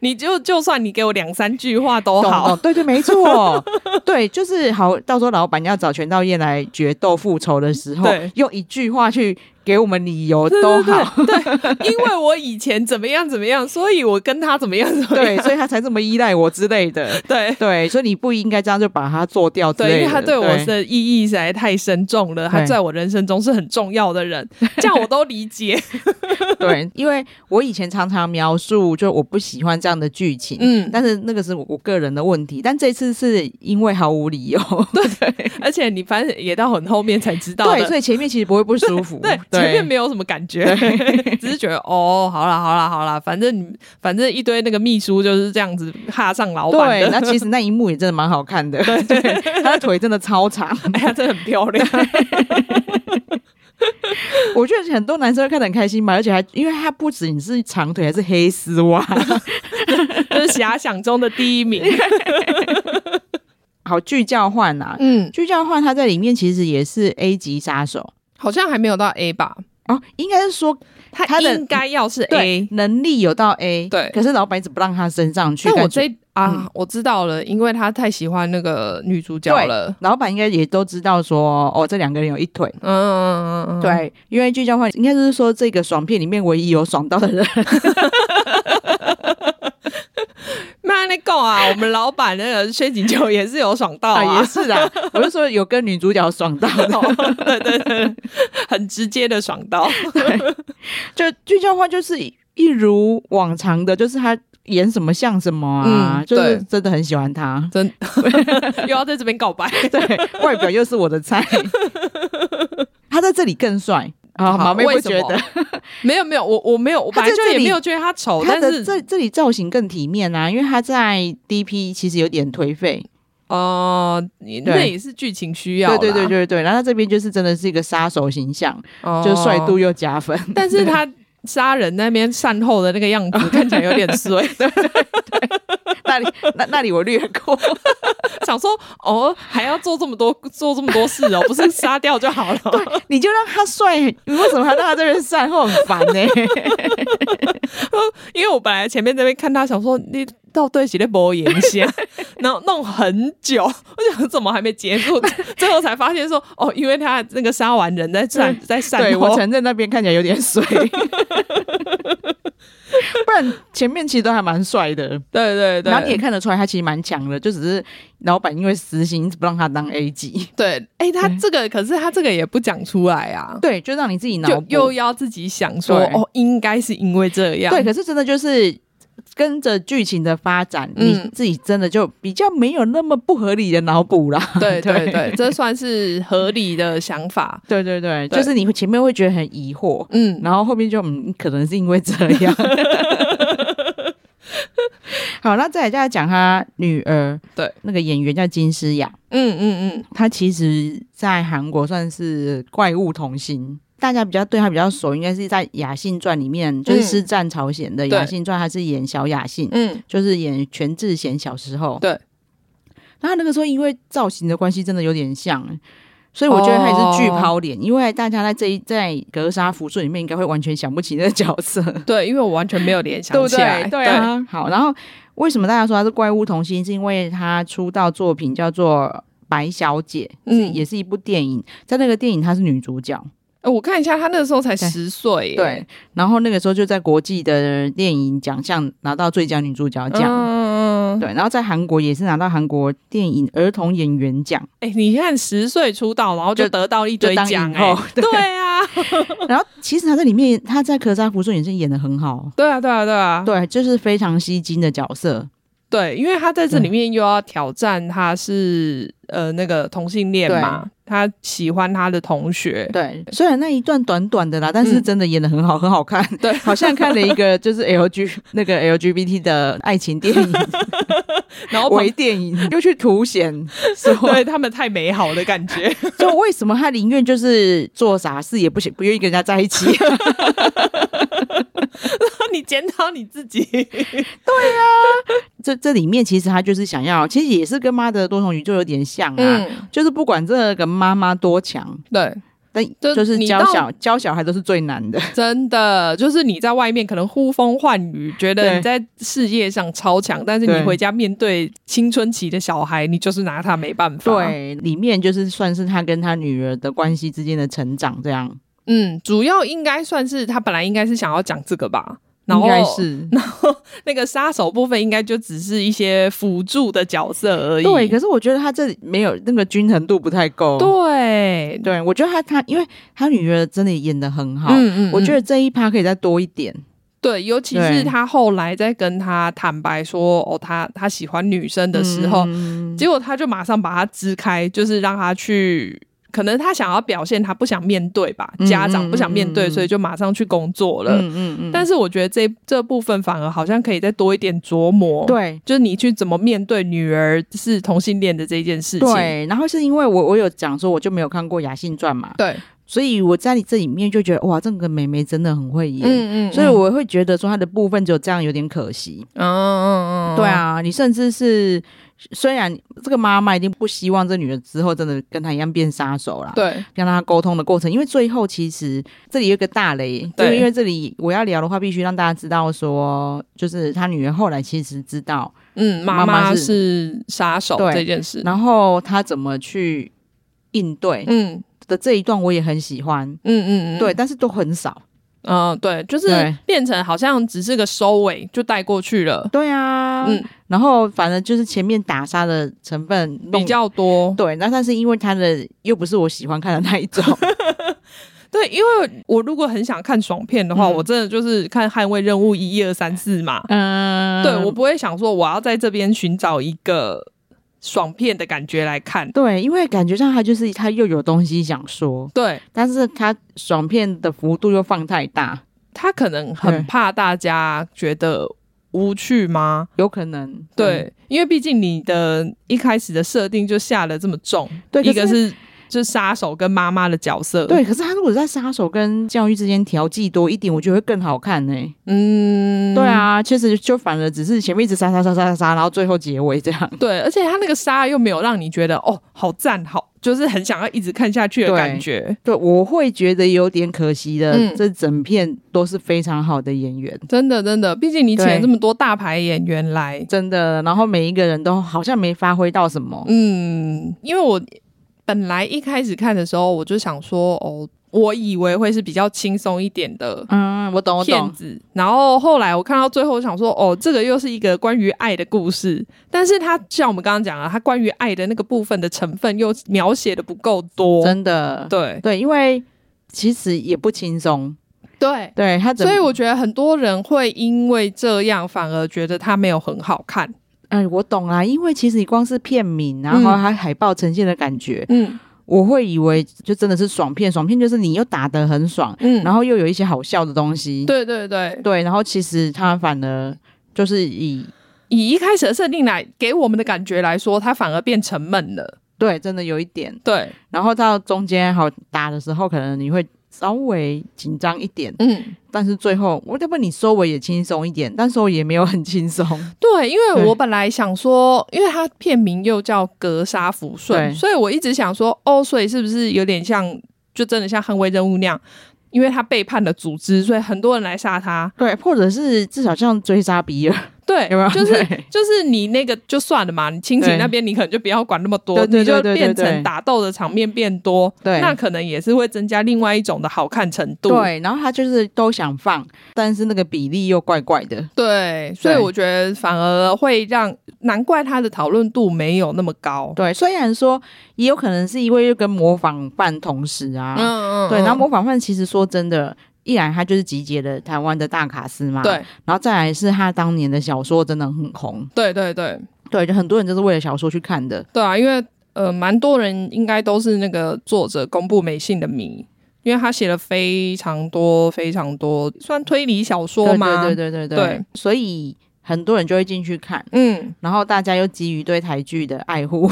Speaker 1: 你就就算你给我两三句话都
Speaker 2: 懂
Speaker 1: 好
Speaker 2: 懂，，对对，没错，对，就是好。到时候老板要找全道业来决斗复仇的时候
Speaker 1: 对，
Speaker 2: 用一句话去给我们理由
Speaker 1: 对
Speaker 2: 都好，
Speaker 1: 因为我以前怎么样怎么样，所以我跟他怎么样怎么
Speaker 2: 对，
Speaker 1: 样。
Speaker 2: 所以他才这么依赖我之类的。
Speaker 1: 对
Speaker 2: 对，所以你不应该这样就把它做掉之类的。
Speaker 1: 对，因为他对我
Speaker 2: 对
Speaker 1: 的意义实在太深重了，他
Speaker 2: 对
Speaker 1: 在我人生中是很重要的人，这样我都理解。
Speaker 2: 对，因为我以前常常描述，就我不喜欢这样的剧情。
Speaker 1: 嗯，
Speaker 2: 但是那个是我我个人的问题，但这次是因为毫无 理由，对
Speaker 1: 而且你反正也到很后面才知道的
Speaker 2: 对，所以前面其实不会不舒服，
Speaker 1: 对，前面没有什么感觉，只是觉得哦，好啦好啦好啦，反正你反正一堆那个秘书就是这样子哈上老板
Speaker 2: 对，那
Speaker 1: 的，
Speaker 2: 其实那一幕也真的蛮好看 的，对，他的腿真的超长，
Speaker 1: 哎呀，真的很漂亮，
Speaker 2: 我觉得很多男生会看得很开心吧，而且还因为他不止你是长腿，还是黑丝袜，
Speaker 1: 这是遐想中的第一名。
Speaker 2: 好巨教焕啊，
Speaker 1: 嗯，
Speaker 2: 巨教焕他在里面其实也是 A 级杀手
Speaker 1: 好像还没有到 A 吧？
Speaker 2: 哦，应该是说
Speaker 1: 他
Speaker 2: 他的
Speaker 1: 应该要是
Speaker 2: 对
Speaker 1: A，
Speaker 2: 能力有到 A，
Speaker 1: 对
Speaker 2: 可是老板一直不让他升上去，
Speaker 1: 但我
Speaker 2: 感觉嗯
Speaker 1: 这啊，我知道了，因为他太喜欢那个女主角了。
Speaker 2: 老板应该也都知道说哦，这两个人有一腿。
Speaker 1: 嗯嗯嗯嗯，嗯，
Speaker 2: 对，因为聚焦换应该就是说这个爽片里面唯一有爽到的 人，
Speaker 1: 那那够啊，我们老板那个薛景九也是有爽到
Speaker 2: 啊，也
Speaker 1: 啊，
Speaker 2: 是 啦。我就说有跟女主角爽到的，
Speaker 1: 对对对，很直接的爽到。
Speaker 2: 就聚焦换就是一如往常的，就是他演什么像什么啊，
Speaker 1: 嗯
Speaker 2: 就是
Speaker 1: 对，
Speaker 2: 真的很喜欢他
Speaker 1: 真 又要在这边告白，
Speaker 2: 对，外表又是我的 菜，他在这里更帅啊，
Speaker 1: 哦好
Speaker 2: 毛妹不
Speaker 1: 为什
Speaker 2: 觉
Speaker 1: 么
Speaker 2: 得
Speaker 1: 没有没有，我我没有，我
Speaker 2: 他在
Speaker 1: 本来就
Speaker 2: 这
Speaker 1: 也
Speaker 2: 里
Speaker 1: 没有觉得他丑，
Speaker 2: 他
Speaker 1: 哦但
Speaker 2: 的
Speaker 1: 是
Speaker 2: 这这里造型更体面啊，因为他在 DP 其实有点颓废，
Speaker 1: 哦，你
Speaker 2: 对
Speaker 1: 那也是剧情需要啦，
Speaker 2: 对对对对对，然后他这边就是真的是一个杀手形象，
Speaker 1: 哦
Speaker 2: 就帅度，又加分。
Speaker 1: 但是他杀人那边善后的那个样 子看起来有点衰，
Speaker 2: 那里那那里我略过，
Speaker 1: 想说哦还要做这么多做这么多事哦，不是杀掉就好了？哦
Speaker 2: 你就让他帅，你为什么还让他这边善后？很烦欸 呢、
Speaker 1: 因为我本来前面这边看他想说你。到底是在播演先，然后弄很久，我想怎么还没结 束？最后才发现说，哦，因为他那个杀完人在善在善后，
Speaker 2: 对我承认那边看起来有点衰， 不然前面其实都还蛮帅的。
Speaker 1: 对对对，
Speaker 2: 然后你也看得出来，他其实蛮强的，就只是老板因为私心一直不让他当 A 级，
Speaker 1: 对，哎、他
Speaker 2: 对
Speaker 1: 这个可是他这个也不讲出来啊，
Speaker 2: 对，就让你自己脑
Speaker 1: 就
Speaker 2: 补。
Speaker 1: 又要自己想说
Speaker 2: 对
Speaker 1: 哦，应该是因为这样，
Speaker 2: 对，可是真的就是跟着剧情的发展，你
Speaker 1: 嗯
Speaker 2: 自己真的就比较没有那么不合理的脑补啦。
Speaker 1: 对对
Speaker 2: 对
Speaker 1: 对，这算是合理的想法，
Speaker 2: 对对对，
Speaker 1: 对
Speaker 2: 就是你会前面会觉得很疑惑，
Speaker 1: 嗯，
Speaker 2: 然后后面就嗯，可能是因为这 样。好，那再来再来讲他女儿，
Speaker 1: 对，
Speaker 2: 那个演员叫金诗雅，
Speaker 1: 嗯嗯嗯，
Speaker 2: 她其实在韩国算是怪物童星。大家比较对她比较熟，应该是在《雅信传》里面，就是
Speaker 1: 嗯
Speaker 2: 师战朝鲜的《
Speaker 1: 对
Speaker 2: 雅信传》，她是演小雅信，
Speaker 1: 嗯，
Speaker 2: 就是演全智贤小时候。
Speaker 1: 对，
Speaker 2: 那他那个时候因为造型的关系，真的有点像，所以我觉得他也是巨抛脸，因为大家在这一在格杀福顺里面，应该会完全想不起那个角 色，
Speaker 1: 对，因为我完全没有联
Speaker 2: 对
Speaker 1: 想
Speaker 2: 不
Speaker 1: 起
Speaker 2: 对
Speaker 1: 来，？
Speaker 2: 对啊，好，然后为什么大家说他是怪物童星？是因为他出道作品叫做《白小姐》。
Speaker 1: 对，嗯，
Speaker 2: 也是一部电影，在那个电影她是女主角，
Speaker 1: 呃我看一下，他那个时候才十岁耶，
Speaker 2: 对，然后那个时候就在国际的电影奖项拿到最佳女主角
Speaker 1: 嗯，
Speaker 2: 奖，
Speaker 1: 嗯，嗯
Speaker 2: 啊对，然后在韩国也是拿到韩国电影儿童演员 奖，
Speaker 1: 哎、你看十岁出道，然后就
Speaker 2: 就
Speaker 1: 得到一
Speaker 2: 就
Speaker 1: 堆
Speaker 2: 当
Speaker 1: 奖、
Speaker 2: 影后
Speaker 1: 哎，对啊，
Speaker 2: 然后其实他在里面，他在《可萨福顺》也是演的很好，
Speaker 1: 对啊，对啊，对啊，
Speaker 2: 对，就是非常吸睛的角色，
Speaker 1: 对，因为他在这里面又要挑战他是呃那个同性恋嘛，他喜欢他的同学，
Speaker 2: 对。虽然那一段短短的啦，但是
Speaker 1: 嗯
Speaker 2: 真的演的很好，很好看，
Speaker 1: 对
Speaker 2: 好像看了一个就是 L G 那个 L G B T 的爱情电 影
Speaker 1: 然后旁
Speaker 2: 微电影，哦 又去凸显说，
Speaker 1: 对他们太美好的感觉，
Speaker 2: 就为什么他宁愿就是做傻事也不行，不愿意跟人家在一起。
Speaker 1: 你检讨你自己，
Speaker 2: 这这里面其实他就是想要，其实也是跟妈的多重宇宙有点像啊，
Speaker 1: 嗯，
Speaker 2: 就是不管这个妈妈多强，
Speaker 1: 对，
Speaker 2: 但
Speaker 1: 就
Speaker 2: 就是
Speaker 1: 你
Speaker 2: 教
Speaker 1: 到
Speaker 2: 小教小孩都是最难的。
Speaker 1: 真的就是你在外面可能呼风唤雨，觉得
Speaker 2: 对
Speaker 1: 你在事业上超强，但是
Speaker 2: 对
Speaker 1: 你回家面对青春期的小孩，你就是拿他没办法。，
Speaker 2: 对， 里面就是算是他跟他女儿的关系之间的成长，这样
Speaker 1: 嗯，主要应该算是他本来应该是想要讲这个吧，然
Speaker 2: 应
Speaker 1: 后
Speaker 2: 该 是
Speaker 1: 那个杀手部分应该就只是一些辅助的角色而已。
Speaker 2: 对。可是我觉得他这里没有那个均衡度不太够。
Speaker 1: 对，
Speaker 2: 对，我觉得他他，因为他女儿真的演的很好，
Speaker 1: 嗯嗯，
Speaker 2: 我觉
Speaker 1: 得
Speaker 2: 得这一趴可以再多一点。
Speaker 1: 对，尤其
Speaker 2: 对
Speaker 1: 是他后来在跟他坦白说哦，他他喜欢女生的时候，
Speaker 2: 嗯
Speaker 1: 结果他就马上把他支开，就是让他去。可能他想要表现，他不想面对吧，
Speaker 2: 嗯
Speaker 1: 家长不想面
Speaker 2: 嗯
Speaker 1: 对，
Speaker 2: 嗯
Speaker 1: 所以就马上去工作了。
Speaker 2: 嗯嗯嗯，
Speaker 1: 但是我觉得这这部分反而好像可以再多一点琢磨。
Speaker 2: 对
Speaker 1: 就是你去怎么面对女儿是同性恋的这件事情。
Speaker 2: 对，然后是因为我我有讲说我就没有看过《雅信传》嘛，
Speaker 1: 对，
Speaker 2: 所以我在这里面就觉得哇，这个妹妹真的很会演，
Speaker 1: 嗯
Speaker 2: 所以我会觉得说她的部分只有这样有点可惜。
Speaker 1: 嗯嗯嗯，
Speaker 2: 对，啊，你甚至是虽然这个妈妈一定不希望这女人之后真的跟她一样变杀手啦，，
Speaker 1: 对，啊
Speaker 2: 跟她沟通的过程，因为最后其实这里有一个大雷，
Speaker 1: 对
Speaker 2: 就是因为这里我要聊的话，必须让大家知道说，就是她女儿后来其实知道，
Speaker 1: 嗯，
Speaker 2: 妈
Speaker 1: 妈
Speaker 2: 妈
Speaker 1: 妈
Speaker 2: 是
Speaker 1: 是杀手
Speaker 2: 对
Speaker 1: 这件事。
Speaker 2: 然后她怎么去应对
Speaker 1: 嗯
Speaker 2: 的这一段，我也很喜欢。
Speaker 1: 嗯嗯嗯，
Speaker 2: 对，，但是都很少。
Speaker 1: 嗯对，就是
Speaker 2: 对
Speaker 1: 变成好像只是个收尾就带过去了，
Speaker 2: 对啊，
Speaker 1: 嗯，
Speaker 2: 然后反正就是前面打杀的成分弄
Speaker 1: 比较多。
Speaker 2: 对，那但是因为他的又不是我喜欢看的那一种，
Speaker 1: 对，因为我如果很想看爽片的话，
Speaker 2: 嗯
Speaker 1: 我真的就是看《捍卫任务》一、二、三、四嘛。
Speaker 2: 嗯，
Speaker 1: 对，我不会想说我要在这边寻找一个爽片的感觉来看。
Speaker 2: 对，因为感觉上他就是他又有东西想说，
Speaker 1: 对，
Speaker 2: 但是他爽片的幅度又放太大，
Speaker 1: 他可能
Speaker 2: 对
Speaker 1: 很怕大家觉得无趣吗？
Speaker 2: 有可能嗯
Speaker 1: 对，因为毕竟你的一开始的设定就下了这么重，
Speaker 2: 对可
Speaker 1: 一
Speaker 2: 是
Speaker 1: 个是就杀手跟妈妈的角色，
Speaker 2: 嗯，对。可是他如果在杀手跟教育之间调剂多一点，我觉得会更好看呢、欸
Speaker 1: 嗯，
Speaker 2: 对，啊，确实就反而只是前面一直杀杀杀杀杀，然后最后结尾这样。
Speaker 1: 对，而且他那个杀又没有让你觉得哦，好赞，好，就是很想要一直看下去的
Speaker 2: 对
Speaker 1: 感觉，
Speaker 2: 对，我会觉得有点可惜的，
Speaker 1: 嗯
Speaker 2: 这整片都是非常好的演员。
Speaker 1: 真的真的，毕竟你请了
Speaker 2: 对
Speaker 1: 这么多大牌演员来，
Speaker 2: 真的，然后每一个人都好像没发挥到什么。
Speaker 1: 嗯，因为我本来一开始看的时候，我就想说，哦，我以为会是比较轻松一点的
Speaker 2: 嗯，我懂，我
Speaker 1: 骗
Speaker 2: 懂。
Speaker 1: 子。然后后来我看到最后，我想说，哦，这个又是一个关于爱的故事，但是它像我们刚刚讲了，它关于爱的那个部分的成分又描写的不够多，
Speaker 2: 真的，
Speaker 1: 对
Speaker 2: 对，因为其实也不轻松。
Speaker 1: 对。
Speaker 2: 对他怎么，
Speaker 1: 所以我觉得很多人会因为这样反而觉得它没有很好看，
Speaker 2: 哎，我懂啦，因为其实你光是片名，然后
Speaker 1: 嗯
Speaker 2: 还海报呈现的感觉，
Speaker 1: 嗯
Speaker 2: 我会以为就真的是爽片。爽片就是你又打得很爽，
Speaker 1: 嗯，
Speaker 2: 然
Speaker 1: 后
Speaker 2: 后又有一些好笑的东西。
Speaker 1: 对对对，
Speaker 2: 对，然后其实他反而就是以
Speaker 1: 以一开始的设定来给我们的感觉来说，它反而变沉闷了，
Speaker 2: 对，真的有一点。
Speaker 1: 对，
Speaker 2: 然后到中间好打的时候，可能你会稍微紧张一点。
Speaker 1: 嗯，
Speaker 2: 但是最后，我要不你收尾也轻松一点，但收尾也没有很轻松。
Speaker 1: 对，因
Speaker 2: 对
Speaker 1: 为我本来想说，因为它片名又叫《格杀福顺
Speaker 2: 对》，
Speaker 1: 所以我一直想说，哦，所以是不是有点像，就真的像捍卫任务那样？因为他背叛了组织，所以很多人来杀他。
Speaker 2: 对，或者是至少像追杀比尔，
Speaker 1: 对，
Speaker 2: 有没有？
Speaker 1: 就是
Speaker 2: 对
Speaker 1: 就是你那个就算了嘛，你亲
Speaker 2: 对
Speaker 1: 情那边你可能就不要管那么多，
Speaker 2: 对对对
Speaker 1: 你就
Speaker 2: 对对
Speaker 1: 变
Speaker 2: 对
Speaker 1: 成打斗的场面变多，
Speaker 2: 对
Speaker 1: 那可能也是会增加另外一种的好看程度。
Speaker 2: 对，然后他就是都想放，但是那个比例又怪怪的。
Speaker 1: 对，所以
Speaker 2: 对
Speaker 1: 我觉得反而会让，难怪他的讨论度没有那么高。
Speaker 2: 对，虽然说也有可能是因为又跟模仿犯同时啊，
Speaker 1: 嗯
Speaker 2: 对，然后模仿犯其实说真的。一来，他就是集结了台湾的大卡司嘛，
Speaker 1: 对，
Speaker 2: 然后再来是他当年的小说真的很红，
Speaker 1: 对对对
Speaker 2: 对，就很多人就是为了小说去看的，
Speaker 1: 对啊，因为呃，蛮多人应该都是那个作者宫部美幸的迷，因为他写了非常多非常多，算推理小说
Speaker 2: 对
Speaker 1: 吗？
Speaker 2: 对
Speaker 1: 对，
Speaker 2: 对对对
Speaker 1: 对
Speaker 2: 所以很多人就会进去看，
Speaker 1: 嗯，
Speaker 2: 然后大家又基于对台剧的爱护，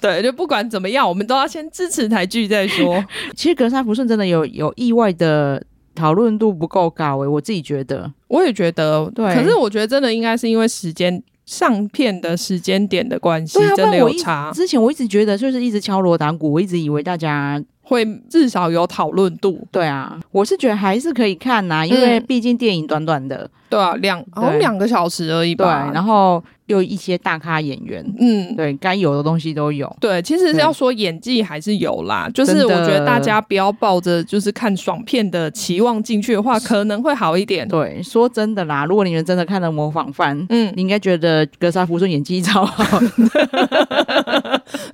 Speaker 1: 对，就不管怎么样，我们都要先支持台剧再说。
Speaker 2: 其实格杀福顺真的有有意外的讨论度不够高欸诶、我自己觉得。
Speaker 1: 我也觉得，
Speaker 2: 对
Speaker 1: 可是我觉得真的应该是因为时间上片的时间点的关系，
Speaker 2: 对啊，不
Speaker 1: 真的
Speaker 2: 然我
Speaker 1: 有
Speaker 2: 一
Speaker 1: 差，
Speaker 2: 之前我一直觉得就是一直敲锣打鼓，我一直以为大家
Speaker 1: 会至少有讨论度。
Speaker 2: 对啊，我是觉得还是可以看呐、因为毕竟电影短短的，
Speaker 1: 对啊，两好像
Speaker 2: 对
Speaker 1: 两个小时而已
Speaker 2: 对，
Speaker 1: 吧。
Speaker 2: 然后又一些大咖演员，
Speaker 1: 嗯，
Speaker 2: 对该有的东西都有。
Speaker 1: 对，其实是
Speaker 2: 对
Speaker 1: 要说演技还是有啦，就是
Speaker 2: 真
Speaker 1: 我
Speaker 2: 的
Speaker 1: 觉得大家不要抱着就是看爽片的期望进去的话，可能会好一点。
Speaker 2: 对，说真的啦，如果你们真的看了《模仿犯》，
Speaker 1: 嗯，
Speaker 2: 你应该觉得格萨福顺演技超好，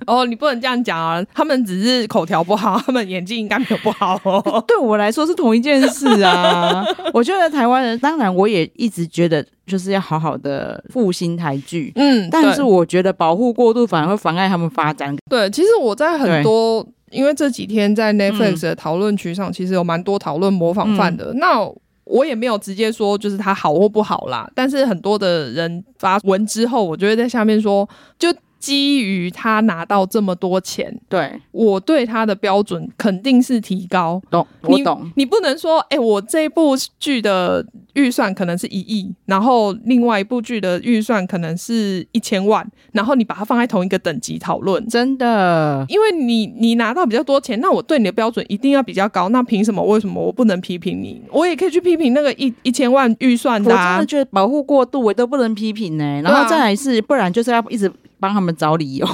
Speaker 1: 哦，你不能这样讲啊，他们只是口条不好，他们演技应该没有不好哦。
Speaker 2: 对我来说是同一件事啊。我觉得台湾人，当然我也一直觉得就是要好好的复兴台剧，
Speaker 1: 嗯，
Speaker 2: 但是
Speaker 1: 对
Speaker 2: 我觉得保护过度反而会妨碍他们发展。
Speaker 1: 对，其实我在很多，因为这几天
Speaker 2: 嗯
Speaker 1: 在 Netflix 的讨论区上，其实有蛮多讨论模仿犯的。那我也没有直接说就是他好或不好啦，但是很多的人发文之后，我就会在下面说，就基于他拿到这么多钱，
Speaker 2: 对，
Speaker 1: 我对他的标准肯定是提高。
Speaker 2: 懂，我
Speaker 1: 你
Speaker 2: 懂。
Speaker 1: 你不能说，哎、我这部剧的预算可能是一亿，然后另外一部剧的预算可能是一千万，然后你把它放在同一个等级讨论，
Speaker 2: 真的，
Speaker 1: 因为你你拿到比较多钱，那我对你的标准一定要比较高，那凭什么？为什么我不能批评你？我也可以去批评那个一一千万预算
Speaker 2: 我
Speaker 1: 的、
Speaker 2: 真
Speaker 1: 啊
Speaker 2: 的。觉得保护过度，我都不能批评呢、
Speaker 1: 对啊
Speaker 2: 然后再来是，不然就是要一直帮他们找理由。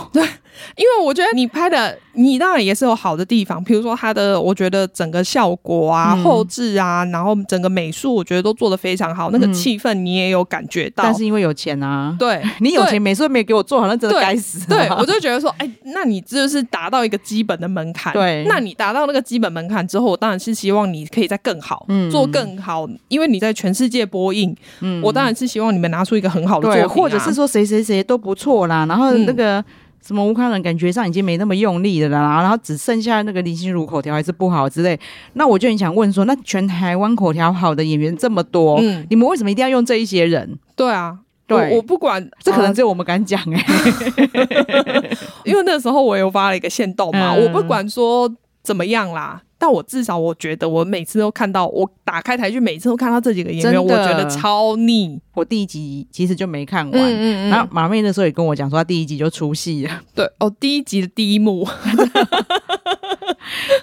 Speaker 1: 因为我觉得你拍的，你当然也是有好的地方，比如说它的，我觉得整个效果啊、
Speaker 2: 嗯
Speaker 1: 后置啊，然后整个美术，我觉得都做得非常好，那个
Speaker 2: 嗯
Speaker 1: 气氛你也有感觉到。
Speaker 2: 但是因为有钱啊，
Speaker 1: 对
Speaker 2: 你有
Speaker 1: 对
Speaker 2: 钱，每次都没给我做好，那真的
Speaker 1: 对
Speaker 2: 该死。
Speaker 1: 对，我就觉得说，哎、那你这就是达到一个基本的门槛。
Speaker 2: 对
Speaker 1: 那你达到那个基本门槛之后，我当然是希望你可以再更好，
Speaker 2: 嗯
Speaker 1: 做更好，因为你在全世界播映，
Speaker 2: 嗯
Speaker 1: 我当然是希望你们拿出一个很好的作品、
Speaker 2: 对，
Speaker 1: 啊，
Speaker 2: 或者是说谁谁谁都不错啦，然后那个。什么乌克兰人感觉上已经没那么用力了啦，然后只剩下那个林心如口条还是不好之类。那我就很想问说，那全台湾口条好的演员这么多，
Speaker 1: 嗯，
Speaker 2: 你们为什么一定要用这一些人？
Speaker 1: 对啊。
Speaker 2: 对
Speaker 1: 我我不管，
Speaker 2: 这可能
Speaker 1: 呃
Speaker 2: 只有我们敢讲哎、欸
Speaker 1: 因为那时候我有发了一个限动嘛，
Speaker 2: 嗯
Speaker 1: 我不管说怎么样啦，但我至少我觉得我每次都看到，我打开台剧，每次都看到这几个演员，
Speaker 2: 真
Speaker 1: 我
Speaker 2: 的
Speaker 1: 觉得超腻。
Speaker 2: 我第一集其实就没看完，
Speaker 1: 嗯
Speaker 2: 然后马妹那时候也跟我讲说，她第一集就出戏 了。
Speaker 1: 对哦，第一集的第一幕，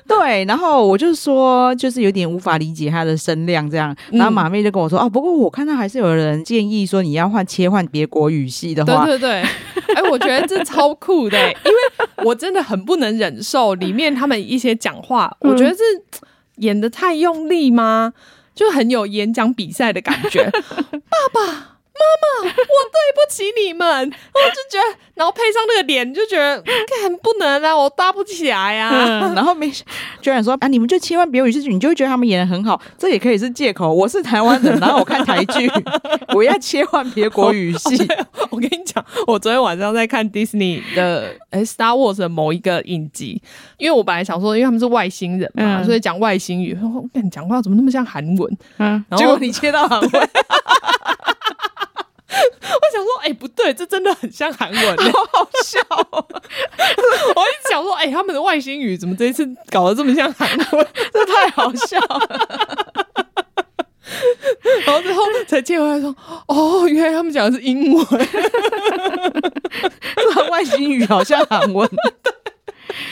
Speaker 2: 对，然后我就说，就是有点无法理解她的声量这样。
Speaker 1: 嗯
Speaker 2: 然后马妹就跟我说，哦，不过我看到还是有人建议说，你要换切换别国语系的
Speaker 1: 对
Speaker 2: 话，
Speaker 1: 对对， 哎、我觉得这超酷的、欸因为我真的很不能忍受里面他们一些讲话，我
Speaker 2: 嗯
Speaker 1: 觉得是演的太用力吗？就很有演讲比赛的感觉。 爸爸妈妈，我对不起你们，我就觉得，然后配上那个脸，就觉得嗯干不能啊，我搭不起来啊。
Speaker 2: 嗯，然后没想，居然说啊，你们就切换别有语剧，你就会觉得他们演的很好，这也可以是借口。我是台湾人，然后我看台 剧，我要切换别国语系。
Speaker 1: 我跟你讲，我昨天晚上在看 Disney 的哎、Star Wars 的某一个影集，因为我本来想说，因为他们是外星人嘛，
Speaker 2: 嗯
Speaker 1: 所以讲外星语，我看讲话怎么那么像韩文？
Speaker 2: 嗯，
Speaker 1: 然后
Speaker 2: 结果你切到韩文，
Speaker 1: 我想说，哎、不对，这真的很像韩文、欸，
Speaker 2: 好笑哦，
Speaker 1: 我一想说，哎、他们的外星语怎么这一次搞得这么像韩文？
Speaker 2: 这太好笑了。
Speaker 1: 然后最后才接回来说，哦，原来他们讲的是英文。
Speaker 2: 这外星语好像韩文。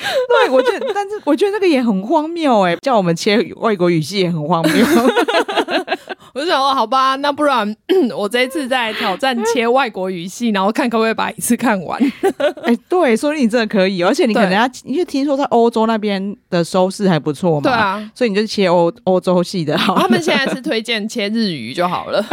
Speaker 2: 对，我觉得，但是我觉得那个也很荒谬哎、叫我们切外国语系也很荒 谬。
Speaker 1: 我就想哦说，好吧，那不然 我这一次再挑战切外国语系，然后看可不可以把一次看 完。
Speaker 2: 哎、对，说不定你真的可以，而且你可能
Speaker 1: 对
Speaker 2: 要，因为听说在欧洲那边的收视还不错嘛。
Speaker 1: 对啊。
Speaker 2: 所以你就切欧欧洲系的好了
Speaker 1: 哦他们现在是推荐切日语就好 了。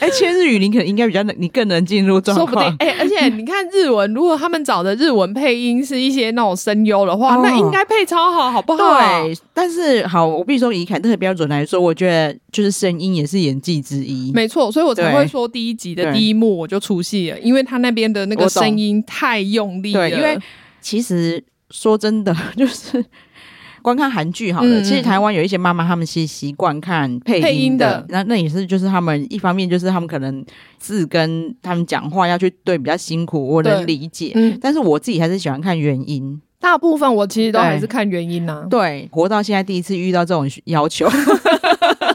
Speaker 2: 哎、切日语你可能应该比较能，你更能进入状
Speaker 1: 说
Speaker 2: 况。
Speaker 1: 不定，哎、而且你看日文，如果他们找的日文配音是一些那种声优的话，
Speaker 2: 哦
Speaker 1: 那应该配超好，好不好？
Speaker 2: 对，但是好，我必须说以凯特的标准来说，我觉得就是声音也是演技之一。
Speaker 1: 没错，所以我才
Speaker 2: 对
Speaker 1: 会说第一集的第一幕我就出戏了，因为他那边的那个
Speaker 2: 我懂
Speaker 1: 声音太用力了。
Speaker 2: 对，因为其实说真的， 就是观看韩剧好了，
Speaker 1: 嗯
Speaker 2: 其实台湾有一些妈妈她们是习惯看配
Speaker 1: 配音
Speaker 2: 音
Speaker 1: 的
Speaker 2: 那那也是就是他们一方面就是他们可能字跟他们讲话要去对比较辛苦，我
Speaker 1: 对
Speaker 2: 能理解。
Speaker 1: 嗯，
Speaker 2: 但是我自己还是喜欢看原音，
Speaker 1: 大部分我其实都还是看原啊因呐、
Speaker 2: 对，活到现在第一次遇到这种 要求，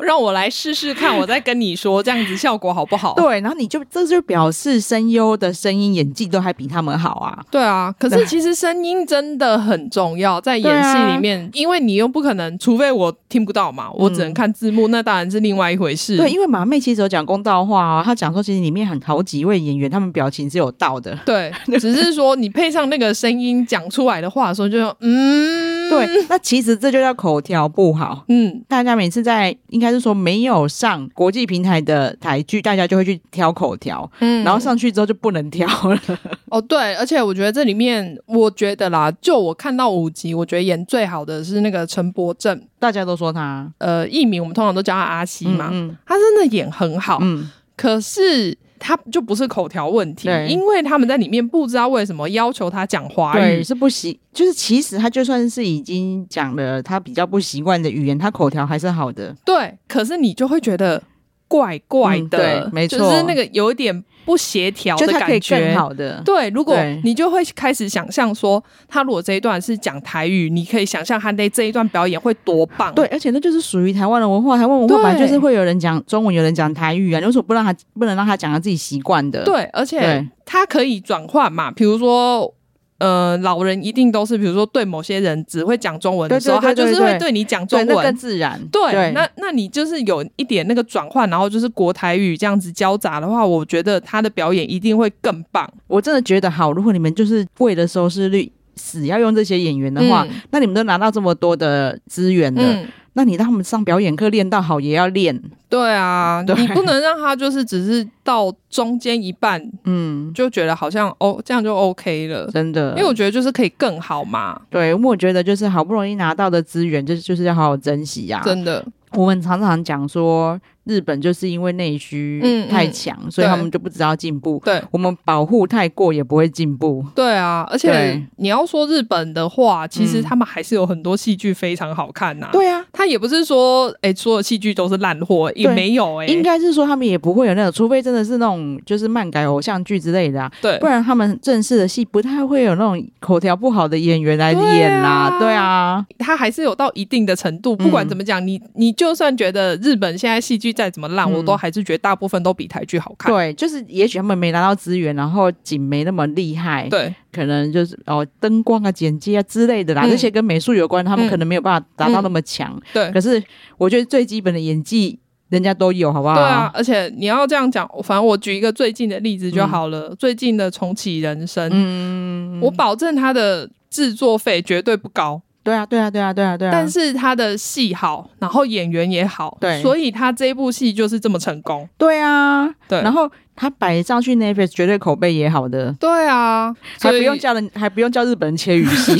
Speaker 1: 让我来试试看，我再跟你说这样子效果好不好？
Speaker 2: 对，然后你就这就表示声优的声音演技都还比他们好啊。
Speaker 1: 对啊，可是其实声音真的很重要，在
Speaker 2: 啊
Speaker 1: 演戏里面，因为你又不可能，除非我听不到嘛，我只能看字幕，那当然是另外一回事。
Speaker 2: 嗯对，因为马妹其实有讲公道话啊，她讲说其实里面很好几位演员，他们表情是有道的。
Speaker 1: 对， 只是说你配上那个声音讲出来的话的时候，就嗯，
Speaker 2: 对，那其实这就叫口条不好。
Speaker 1: 嗯，
Speaker 2: 大家每次在应该是说没有上国际平台的台剧，大家就会去挑口条，
Speaker 1: 嗯
Speaker 2: 然后上去之后就不能挑了。
Speaker 1: 哦，对，而且我觉得这里面，我觉得啦，就我看到五集，我觉得演最好的是那个陈柏正，
Speaker 2: 大家都说他
Speaker 1: 呃，艺名我们通常都叫他阿西嘛，
Speaker 2: 嗯
Speaker 1: 他真的演很好，
Speaker 2: 嗯
Speaker 1: 可是他就不是口条问题
Speaker 2: 对，
Speaker 1: 因为他们在里面不知道为什么要求他讲华
Speaker 2: 对，
Speaker 1: 语，
Speaker 2: 是不习，就是其实他就算是已经讲了他比较不习惯的语言，他口条还是好的。
Speaker 1: 对，可是你就会觉得怪怪
Speaker 2: 嗯
Speaker 1: 的，
Speaker 2: 对没错
Speaker 1: 就是那个有一点不协调
Speaker 2: 就
Speaker 1: 的
Speaker 2: 他可以
Speaker 1: 感
Speaker 2: 更
Speaker 1: 觉。
Speaker 2: 好的，
Speaker 1: 对，如果
Speaker 2: 对
Speaker 1: 你就会开始想象说，他如果这一段是讲台语，你可以想象他那这一段表演会多棒。
Speaker 2: 对，而且那就是属于台湾的文化。台湾文化本来
Speaker 1: 对
Speaker 2: 就是会有人讲中文，有人讲台语啊，你为什么不让他不能让他讲他自己习惯的？
Speaker 1: 对，而且
Speaker 2: 对
Speaker 1: 它可以转换嘛，比如说。呃，老人一定都是，比如说对某些人只会讲中文的
Speaker 2: 对对
Speaker 1: 时候，
Speaker 2: 对
Speaker 1: 他就是
Speaker 2: 对
Speaker 1: 会
Speaker 2: 对
Speaker 1: 对你讲
Speaker 2: 对，
Speaker 1: 中
Speaker 2: 那更
Speaker 1: 文。
Speaker 2: 自然。
Speaker 1: 对，那那你就是有一点那个转换，然后就是国台语这样子交杂的话，我觉得他的表演一定会更棒
Speaker 2: 我真的觉得好，如果你们就是为了收视率死要用这些演员的话，
Speaker 1: 嗯
Speaker 2: 那你们都拿到这么多的资源了，
Speaker 1: 嗯，
Speaker 2: 那你让他们上表演课练到好也要练，
Speaker 1: 对啊，
Speaker 2: 对
Speaker 1: 你不能让他就是只是到中间一半
Speaker 2: 嗯，
Speaker 1: 就觉得好像哦这样就 OK 了，
Speaker 2: 真的
Speaker 1: 因，为我觉得就是可以更好嘛，
Speaker 2: 对，因为我觉得就是好不容易拿到的资源，就是就是要好好珍惜呀、
Speaker 1: 真的，
Speaker 2: 我们常常讲说，日本就是因为内需
Speaker 1: 嗯嗯
Speaker 2: 太强，所以
Speaker 1: 对
Speaker 2: 他们就不知道进步。
Speaker 1: 对，
Speaker 2: 我们保护太过也不会进步。
Speaker 1: 对啊，而且
Speaker 2: 对
Speaker 1: 你要说日本的话，其实
Speaker 2: 嗯
Speaker 1: 他们还是有很多戏剧非常好看呐、
Speaker 2: 对啊，
Speaker 1: 他也不是说，哎、所有戏剧都是烂货，也
Speaker 2: 对
Speaker 1: 没有、诶哎，
Speaker 2: 应该是说他们也不会有那种，除非真的是那种就是漫改偶像剧之类的啊，
Speaker 1: 对
Speaker 2: 不，然他们正式的戏不太会有那种口条不好的演员来演啦。
Speaker 1: 对
Speaker 2: 对
Speaker 1: 啊
Speaker 2: 啊，
Speaker 1: 他还是有到一定的程度。不管
Speaker 2: 嗯
Speaker 1: 怎么讲，你你就算觉得日本现在戏剧再怎么烂，
Speaker 2: 嗯
Speaker 1: 我都还是觉得大部分都比台剧好看。
Speaker 2: 对，就是也许他们没拿到资源，然后景没那么厉害，
Speaker 1: 对
Speaker 2: 可能就是哦灯光啊、剪接啊之类的啦，
Speaker 1: 嗯
Speaker 2: 这些跟美术有关，他
Speaker 1: 嗯
Speaker 2: 们可能没有办法达到那么强。
Speaker 1: 对
Speaker 2: 可是我觉得最基本的演技，人家都有，好不好？
Speaker 1: 对啊，，而且你要这样讲，反正我举一个最近的例子就好了。最近的重启人生，
Speaker 2: 嗯，
Speaker 1: 我保证它的制作费绝对不高。
Speaker 2: 对啊，对啊，对啊，对啊，对啊。
Speaker 1: 但是他的戏好，然后演员也好，
Speaker 2: 对
Speaker 1: 所以他这一部戏就是这么成功。
Speaker 2: 对啊，
Speaker 1: 对
Speaker 2: 然后他摆上去 Netflix 绝对口碑也好的，
Speaker 1: 对啊，
Speaker 2: 还
Speaker 1: 所
Speaker 2: 不
Speaker 1: 以
Speaker 2: 用叫人，还不用叫日本人切语系。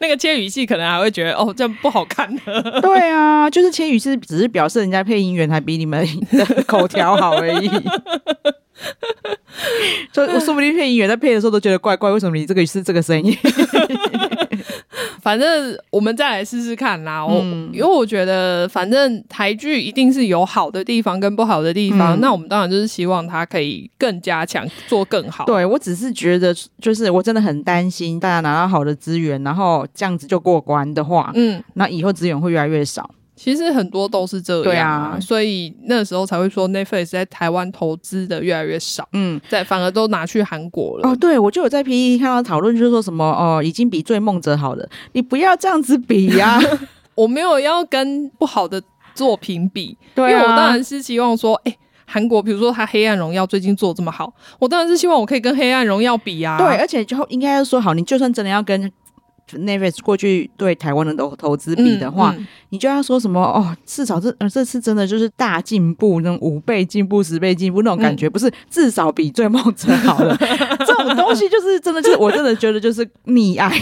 Speaker 1: 那个切语戏可能还会觉得哦，这样不好看的。
Speaker 2: 对啊，就是千羽是只是表示人家配音员还比你们的口条好而已。 就我说不定配音员在配的时候都觉得怪怪，为什么你这个是这个声音？
Speaker 1: 反正我们再来试试看啦。我、
Speaker 2: 嗯
Speaker 1: 因为我觉得，反正台剧一定是有好的地方跟不好的地方，
Speaker 2: 嗯
Speaker 1: 那我们当然就是希望它可以更加强，做更 好。
Speaker 2: 对我只是觉得，就是我真的很担心，大家拿到好的资源，然后这样子就过关的话，
Speaker 1: 嗯，
Speaker 2: 那以后资源会越来越少。
Speaker 1: 其实很多都是这样、
Speaker 2: 对啊
Speaker 1: 所以那时候才会说 Netflix 在台湾投资的越来越少，
Speaker 2: 嗯，
Speaker 1: 在反而都拿去韩国了。
Speaker 2: 哦，对，我就有在 PE 看到讨论，就是说什么哦，已经比《追梦者》好了，你不要这样子比 呀、
Speaker 1: 我没有要跟不好的作品比，
Speaker 2: 对
Speaker 1: 因
Speaker 2: 啊，
Speaker 1: 为我当然是希望说，哎、韩国比如说他《黑暗荣耀》最近做得这么好，我当然是希望我可以跟《黑暗荣耀》比啊。
Speaker 2: 对，而且就应该要说好，你就算真的要跟 Netflix 过去对台湾的投投资
Speaker 1: 嗯，
Speaker 2: 比的话，
Speaker 1: 嗯
Speaker 2: 你就要说什么哦，至少这、呃、这次真的就是大进步，那种五倍进步、十倍进步那种
Speaker 1: 嗯
Speaker 2: 感觉，不是至少比追梦者好了。 这种东西就是真的，就是我真的觉得就是溺 爱。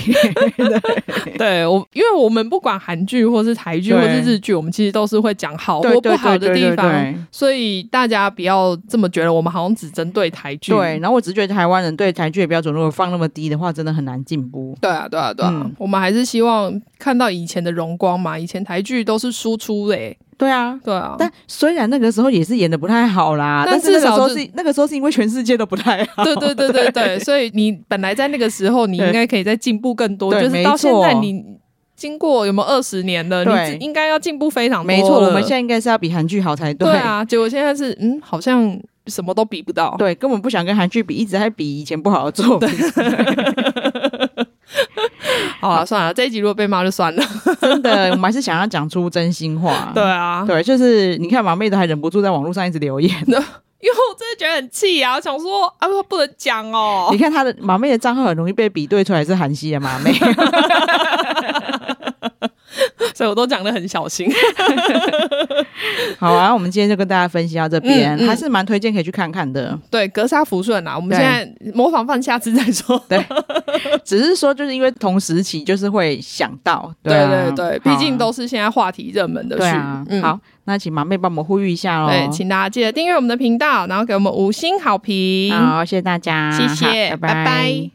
Speaker 1: 对我，因为我们不管韩剧或是台剧
Speaker 2: 对
Speaker 1: 或是日剧，我们其实都是会讲好
Speaker 2: 对
Speaker 1: 或
Speaker 2: 对
Speaker 1: 不好的
Speaker 2: 对对
Speaker 1: 地方
Speaker 2: 对，
Speaker 1: 所以大家不要这么觉得，我们好像只针对台剧。
Speaker 2: 对，然后我只是觉得台湾人对台剧的标准如果放那么低的话，真的很难进步。
Speaker 1: 对啊，对啊，对啊，
Speaker 2: 嗯
Speaker 1: 我们还是希望看到以前的荣光嘛。以前台剧都是输出的、欸，
Speaker 2: 对啊。
Speaker 1: 对啊，
Speaker 2: 但虽然那个时候也是演的不太好啦，
Speaker 1: 但
Speaker 2: 但是那
Speaker 1: 至
Speaker 2: 个
Speaker 1: 少
Speaker 2: 时候
Speaker 1: 是
Speaker 2: 是那个时候是因为全世界都不太好，
Speaker 1: 对对对对对，所以你本来在那个时候，你
Speaker 2: 对
Speaker 1: 应该可以再进步更多。
Speaker 2: 对
Speaker 1: 就是到
Speaker 2: 没
Speaker 1: 现
Speaker 2: 错
Speaker 1: 在，你经过有没有二十年了，
Speaker 2: 对
Speaker 1: 你应该要进步非常多了。
Speaker 2: 没错，我们现在应该是要比韩剧好才对。
Speaker 1: 对啊，结果现在是嗯，好像什么都比不到。
Speaker 2: 对根本不想跟韩剧比，一直在比以前不好的作
Speaker 1: 啊
Speaker 2: 品，
Speaker 1: 好啊，算了，这一集如果被骂就算了。
Speaker 2: 真的，我们还是想要讲出真心话。
Speaker 1: 对啊，
Speaker 2: 对，就是你看马妹都还忍不住在网络上一直留言，
Speaker 1: 因为我真的觉得很气啊，我想说啊，不能讲哦
Speaker 2: 你。看她的马妹的账号很容易被比对出来是韩系的马 妹，
Speaker 1: 所以我都讲的很小心。
Speaker 2: 好啊，我们今天就跟大家分析到这边，
Speaker 1: 嗯嗯
Speaker 2: 还是蛮推荐可以去看看的。
Speaker 1: 对，格杀福顺啊，我们
Speaker 2: 对
Speaker 1: 现在模仿犯，下次再说。
Speaker 2: 只是说，就是因为同时期，就是会想到，
Speaker 1: 对
Speaker 2: 啊
Speaker 1: 对对，毕竟
Speaker 2: 好啊
Speaker 1: 都是现在话题热门的剧。
Speaker 2: 对啊。
Speaker 1: 嗯，
Speaker 2: 好，那请马妹帮我们呼吁一下喽。
Speaker 1: 对，请大家记得订阅我们的频道，然后给我们五星好评。
Speaker 2: 好，谢谢大家，
Speaker 1: 谢谢
Speaker 2: 好拜
Speaker 1: 拜拜